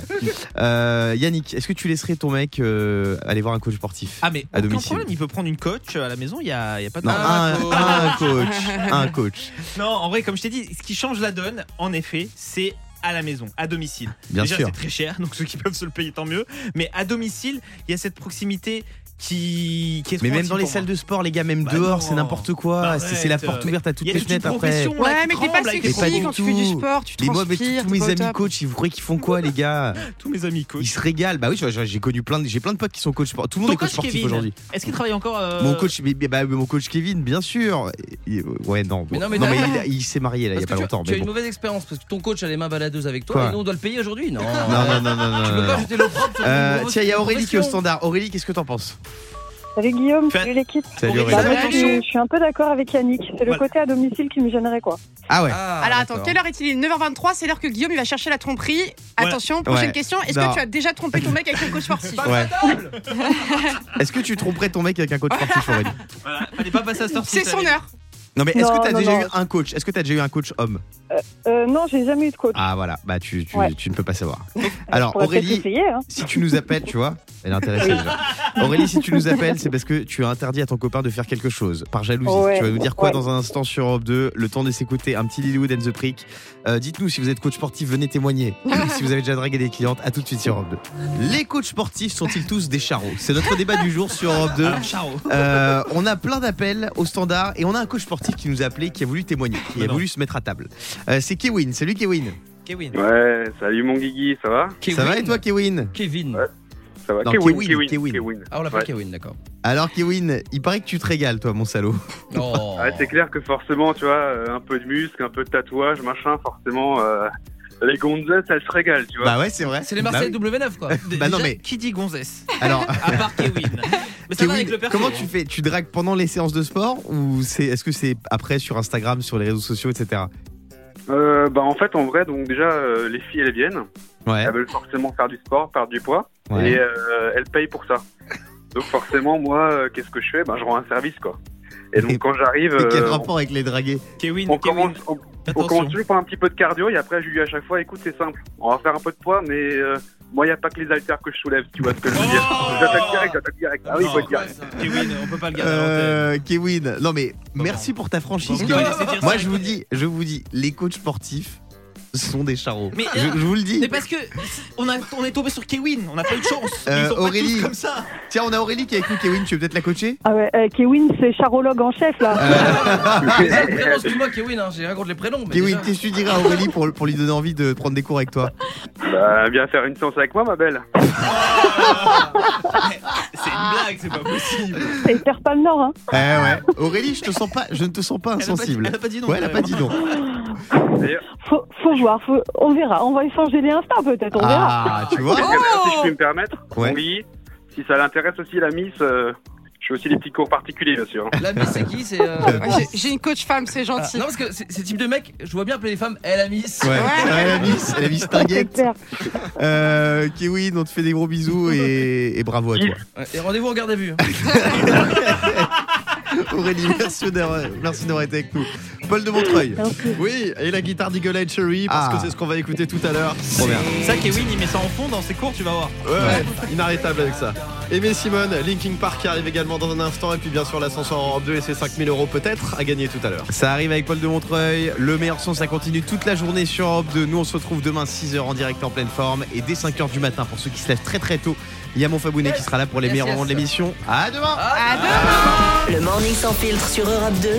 Speaker 3: Euh, Yannick, est-ce que tu laisserais ton mec euh, aller voir un coach sportif
Speaker 6: Ah mais
Speaker 3: à
Speaker 6: aucun
Speaker 3: domicile
Speaker 6: problème, il peut prendre une coach à la maison, il y a, il y a pas de
Speaker 3: Non,
Speaker 6: Ah,
Speaker 3: un, un coach, un coach.
Speaker 6: Non, en vrai, comme je t'ai dit, ce qui change la donne, en effet, c'est à la maison, à domicile.
Speaker 3: Bien
Speaker 6: Déjà,
Speaker 3: sûr.
Speaker 6: c'est très cher, donc ceux qui peuvent se le payer, tant mieux. Mais à domicile, il y a cette proximité qui, qui est trop
Speaker 3: Mais même
Speaker 6: intime
Speaker 3: dans les
Speaker 6: pour moi.
Speaker 3: salles de sport, les gars, même
Speaker 6: Bah
Speaker 3: dehors,
Speaker 6: non.
Speaker 3: c'est n'importe quoi.
Speaker 6: Arrête.
Speaker 3: C'est c'est la porte ouverte à toutes
Speaker 6: Il y a
Speaker 3: les
Speaker 6: toute une
Speaker 3: fenêtres après.
Speaker 6: profession, là,
Speaker 5: Ouais,
Speaker 6: qui
Speaker 5: mais t'es
Speaker 6: tremble
Speaker 5: pas
Speaker 6: avec
Speaker 3: Mais
Speaker 6: les
Speaker 5: sexy
Speaker 3: pas du
Speaker 5: quand tu
Speaker 3: tout.
Speaker 5: fais du sport, tu
Speaker 3: les moi, mais
Speaker 5: transpires,
Speaker 3: tous
Speaker 5: t'es
Speaker 3: mes
Speaker 5: pas au
Speaker 3: amis
Speaker 5: top.
Speaker 3: coachs, vous croyez qu'ils font quoi, les gars
Speaker 6: Tous mes amis coach.
Speaker 3: Ils se régalent. Bah oui, tu vois, j'ai connu plein de, j'ai plein de potes qui sont coachs sportifs. Tout le monde est coach sportif
Speaker 6: Kevin,
Speaker 3: aujourd'hui.
Speaker 6: Est-ce qu'il travaille encore euh,
Speaker 3: Mon coach, mais- mais- bah, mon coach Kevin, bien sûr. Il- Ouais, non.
Speaker 2: Mais
Speaker 3: bon.
Speaker 2: non, mais
Speaker 3: il-
Speaker 2: d'accord.
Speaker 3: il, s'est marié là, il
Speaker 2: Parce
Speaker 3: y a
Speaker 2: que
Speaker 3: pas
Speaker 2: tu,
Speaker 3: longtemps.
Speaker 2: tu as
Speaker 3: Mais
Speaker 2: une
Speaker 3: bon.
Speaker 2: mauvaise expérience parce que ton coach a les mains baladeuses avec toi
Speaker 3: Quoi
Speaker 2: et nous on doit le payer aujourd'hui. Non.
Speaker 3: Non, non, non, non, non.
Speaker 2: Tu peux
Speaker 3: non,
Speaker 2: pas
Speaker 3: non.
Speaker 2: jeter l'opprobre sur
Speaker 3: Euh,
Speaker 2: une
Speaker 3: Tiens, il y a Aurélie qui est au
Speaker 2: profession.
Speaker 3: standard. Aurélie, qu'est-ce que t'en penses
Speaker 8: Salut Guillaume,
Speaker 3: Fait-
Speaker 8: salut l'équipe.
Speaker 3: Salut,
Speaker 8: Bah,
Speaker 3: Aurélie.
Speaker 8: moi, je,
Speaker 5: Salut.
Speaker 8: suis, je suis un peu d'accord avec Yannick. C'est le
Speaker 3: Voilà.
Speaker 8: côté à domicile qui me gênerait quoi.
Speaker 3: Ah ouais.
Speaker 5: Alors attends, quelle heure est-il 9h23, c'est l'heure que Guillaume il va chercher la tromperie.
Speaker 6: Voilà.
Speaker 5: Attention, prochaine
Speaker 3: Ouais.
Speaker 5: question. Est-ce
Speaker 3: Non.
Speaker 5: que tu as déjà trompé ton mec avec un coach sportif
Speaker 2: Ah,
Speaker 3: Ouais. Est-ce que tu tromperais ton mec avec un coach sportif, Aurélie
Speaker 6: Voilà, fallait pas passer à sortir.
Speaker 5: C'est son heure.
Speaker 3: Non, mais est-ce
Speaker 8: Non,
Speaker 3: que t'as
Speaker 8: non,
Speaker 3: déjà
Speaker 8: non.
Speaker 3: eu un coach Est-ce que t'as déjà eu un coach homme
Speaker 8: Euh, non, j'ai jamais eu de coach.
Speaker 3: Ah voilà, bah tu, tu,
Speaker 8: Ouais.
Speaker 3: tu ne peux pas savoir. Alors
Speaker 8: Faudrait peut-être
Speaker 3: Aurélie,
Speaker 8: essayer, hein.
Speaker 3: si tu nous appelles, tu vois, elle est intéressée déjà. Aurélie, si tu nous appelles, c'est parce que tu as interdit à ton copain de faire quelque chose par jalousie.
Speaker 8: Ouais,
Speaker 3: tu vas nous dire quoi
Speaker 8: ouais.
Speaker 3: dans un instant sur Europe 2 Le temps de s'écouter un petit Lilywood and the Prick. Euh, Dites-nous si vous êtes coach sportif, venez témoigner. si vous avez déjà dragué des clientes, à tout de suite sur Europe 2. Les coachs sportifs sont-ils tous des charros C'est notre débat du jour sur Europe 2.
Speaker 6: Alors, Charo.
Speaker 3: Euh, on a plein d'appels au standard et on a un coach sportif qui nous a appelé, qui a voulu témoigner, qui a
Speaker 6: non.
Speaker 3: voulu se mettre à table. Euh, c'est Kewin. Salut Kewin.
Speaker 6: Kevin.
Speaker 14: Ouais, salut mon Guigui, ça va
Speaker 3: Ça va et toi Kewin
Speaker 2: Kevin.
Speaker 14: Ça va
Speaker 3: Non,
Speaker 14: Kewin,
Speaker 3: Kewin,
Speaker 14: Kewin,
Speaker 3: Kewin.
Speaker 14: Kewin.
Speaker 2: Ah, on l'appelle
Speaker 14: Ouais.
Speaker 2: Kevin, d'accord.
Speaker 3: Alors Kewin, il paraît que tu te régales toi mon salaud.
Speaker 2: Oh.
Speaker 14: Ouais, c'est clair que forcément, tu vois, euh, un peu de muscle, un peu de tatouage, machin, forcément, euh, les gonzesses, elles se régalent, tu vois.
Speaker 3: Bah ouais c'est vrai.
Speaker 2: C'est les
Speaker 3: Bah
Speaker 2: Marseillais
Speaker 3: oui.
Speaker 2: W9 quoi.
Speaker 3: Bah non
Speaker 6: Déjà,
Speaker 3: mais
Speaker 6: Qui dit gonzesse
Speaker 3: alors
Speaker 6: À part Kevin. Mais ça va
Speaker 3: Kewin,
Speaker 6: avec le perso.
Speaker 3: comment tu fais Tu dragues pendant les séances de sport ou c'est est-ce que c'est après sur Instagram, sur les réseaux sociaux, etc.
Speaker 14: Euh, bah en fait, en vrai, donc déjà, euh, les filles, elles viennent.
Speaker 3: Ouais.
Speaker 14: Elles veulent forcément faire du sport, perdre du poids.
Speaker 3: Ouais.
Speaker 14: Ah Et euh, elles payent pour ça. Donc forcément, moi, euh, qu'est-ce que je fais Bah, je rends un service, quoi. Et donc, quand j'arrive...
Speaker 3: Et quel
Speaker 14: euh,
Speaker 3: rapport avec les dragués
Speaker 6: Kevin,
Speaker 14: on
Speaker 6: Kevin.
Speaker 14: commence, on, on commence toujours par un petit peu de cardio et après je lui dis à chaque fois écoute c'est simple on va faire un peu de poids mais euh, moi il n'y a pas que les haltères que je soulève tu vois ce que je veux dire
Speaker 6: Oh
Speaker 14: j'attaque direct j'attaque direct ah oui
Speaker 6: Non,
Speaker 14: faut être direct
Speaker 6: Kevin, on peut pas le garder. à l'antenne.
Speaker 3: Euh, Kevin, non mais merci pour ta franchise.
Speaker 6: Vous
Speaker 3: Kewin.
Speaker 6: connaissez dire ça,
Speaker 3: Moi je
Speaker 6: Kevin.
Speaker 3: vous dis, je vous dis, les coachs sportifs sont des charros.
Speaker 6: Mais, euh,
Speaker 3: je, je vous le dis.
Speaker 6: Mais parce que on, a, on est tombé sur Kevin, on n'a pas eu de chance.
Speaker 3: Euh,
Speaker 6: Ils sont pas
Speaker 3: Aurélie.
Speaker 6: tous comme ça.
Speaker 3: Tiens, on a Aurélie qui est avec nous. Kevin, tu veux peut-être la coacher
Speaker 8: Ah ouais, euh, Kewin, c'est charologue en chef là.
Speaker 2: Eh, Vraiment, excuse-moi Kevin, hein, j'ai rien contre les prénoms. Mais
Speaker 3: Kevin,
Speaker 2: déjà-
Speaker 3: qu'est-ce que tu dirais à Aurélie pour, pour lui donner envie de prendre des cours avec toi
Speaker 14: bah, viens faire une séance avec moi ma belle
Speaker 6: C'est une blague, c'est pas possible.
Speaker 8: Et perds pas le nord. Hein.
Speaker 3: Eh ouais. Aurélie, je te sens pas, je ne te sens pas
Speaker 6: Elle a pas dit- euh.
Speaker 3: insensible.
Speaker 6: elle a pas dit non,
Speaker 3: Ouais, elle a
Speaker 6: quand
Speaker 3: pas
Speaker 6: même.
Speaker 3: dit non.
Speaker 8: Faut, faut voir, faut- on verra. On va échanger les Insta peut-être, on verra. Oh.
Speaker 3: Ah, tu vois
Speaker 14: Et
Speaker 5: Oh!
Speaker 14: d'ailleurs, si je peux me permettre
Speaker 3: Ouais.
Speaker 14: on lit si ça l'intéresse aussi la miss euh, je fais aussi des petits cours particuliers bien sûr
Speaker 2: La miss c'est qui C'est. euh,
Speaker 5: Ouais, j'ai- J'ai une coach femme, c'est
Speaker 2: ah,
Speaker 5: gentil.
Speaker 2: Non parce que c'est- ces types de mecs, je vois bien appeler les femmes. Eh la miss.
Speaker 3: Ouais, Ouais, la miss, la miss Target.
Speaker 8: J'espère.
Speaker 3: Euh, Kevin, on te fait des gros bisous et, et bravo à toi.
Speaker 2: Ouais, Et rendez-vous en garde à vue. hein.
Speaker 3: Aurélie, merci d'avoir merci d'avoir été avec nous. Paul de Montreuil.
Speaker 18: Oui, et la guitare d'Eagle Eye Cherry, parce
Speaker 3: Ah.
Speaker 18: que c'est ce qu'on va écouter tout à l'heure.
Speaker 3: Trop bien.
Speaker 6: Ça, Kevin, il met ça en fond dans ses cours, tu vas voir.
Speaker 18: Ouais, ouais, inarrêtable avec ça. Aimé Simone, Linking Park qui arrive également dans un instant, et puis bien sûr l'ascension en Europe 2 et ses 5000 euros peut-être à gagner tout à l'heure.
Speaker 3: Ça arrive avec Paul de Montreuil. Le meilleur son, ça continue toute la journée sur Europe 2. Nous, on se retrouve demain 6h en direct en pleine forme. Et dès 5h du matin, pour ceux qui se lèvent très très tôt, il y a mon Fabounet qui sera là pour les
Speaker 2: Yes,
Speaker 3: meilleurs
Speaker 2: yes.
Speaker 3: moments de l'émission. À demain
Speaker 2: Ah,
Speaker 13: Le morning sans filtre sur Europe 2.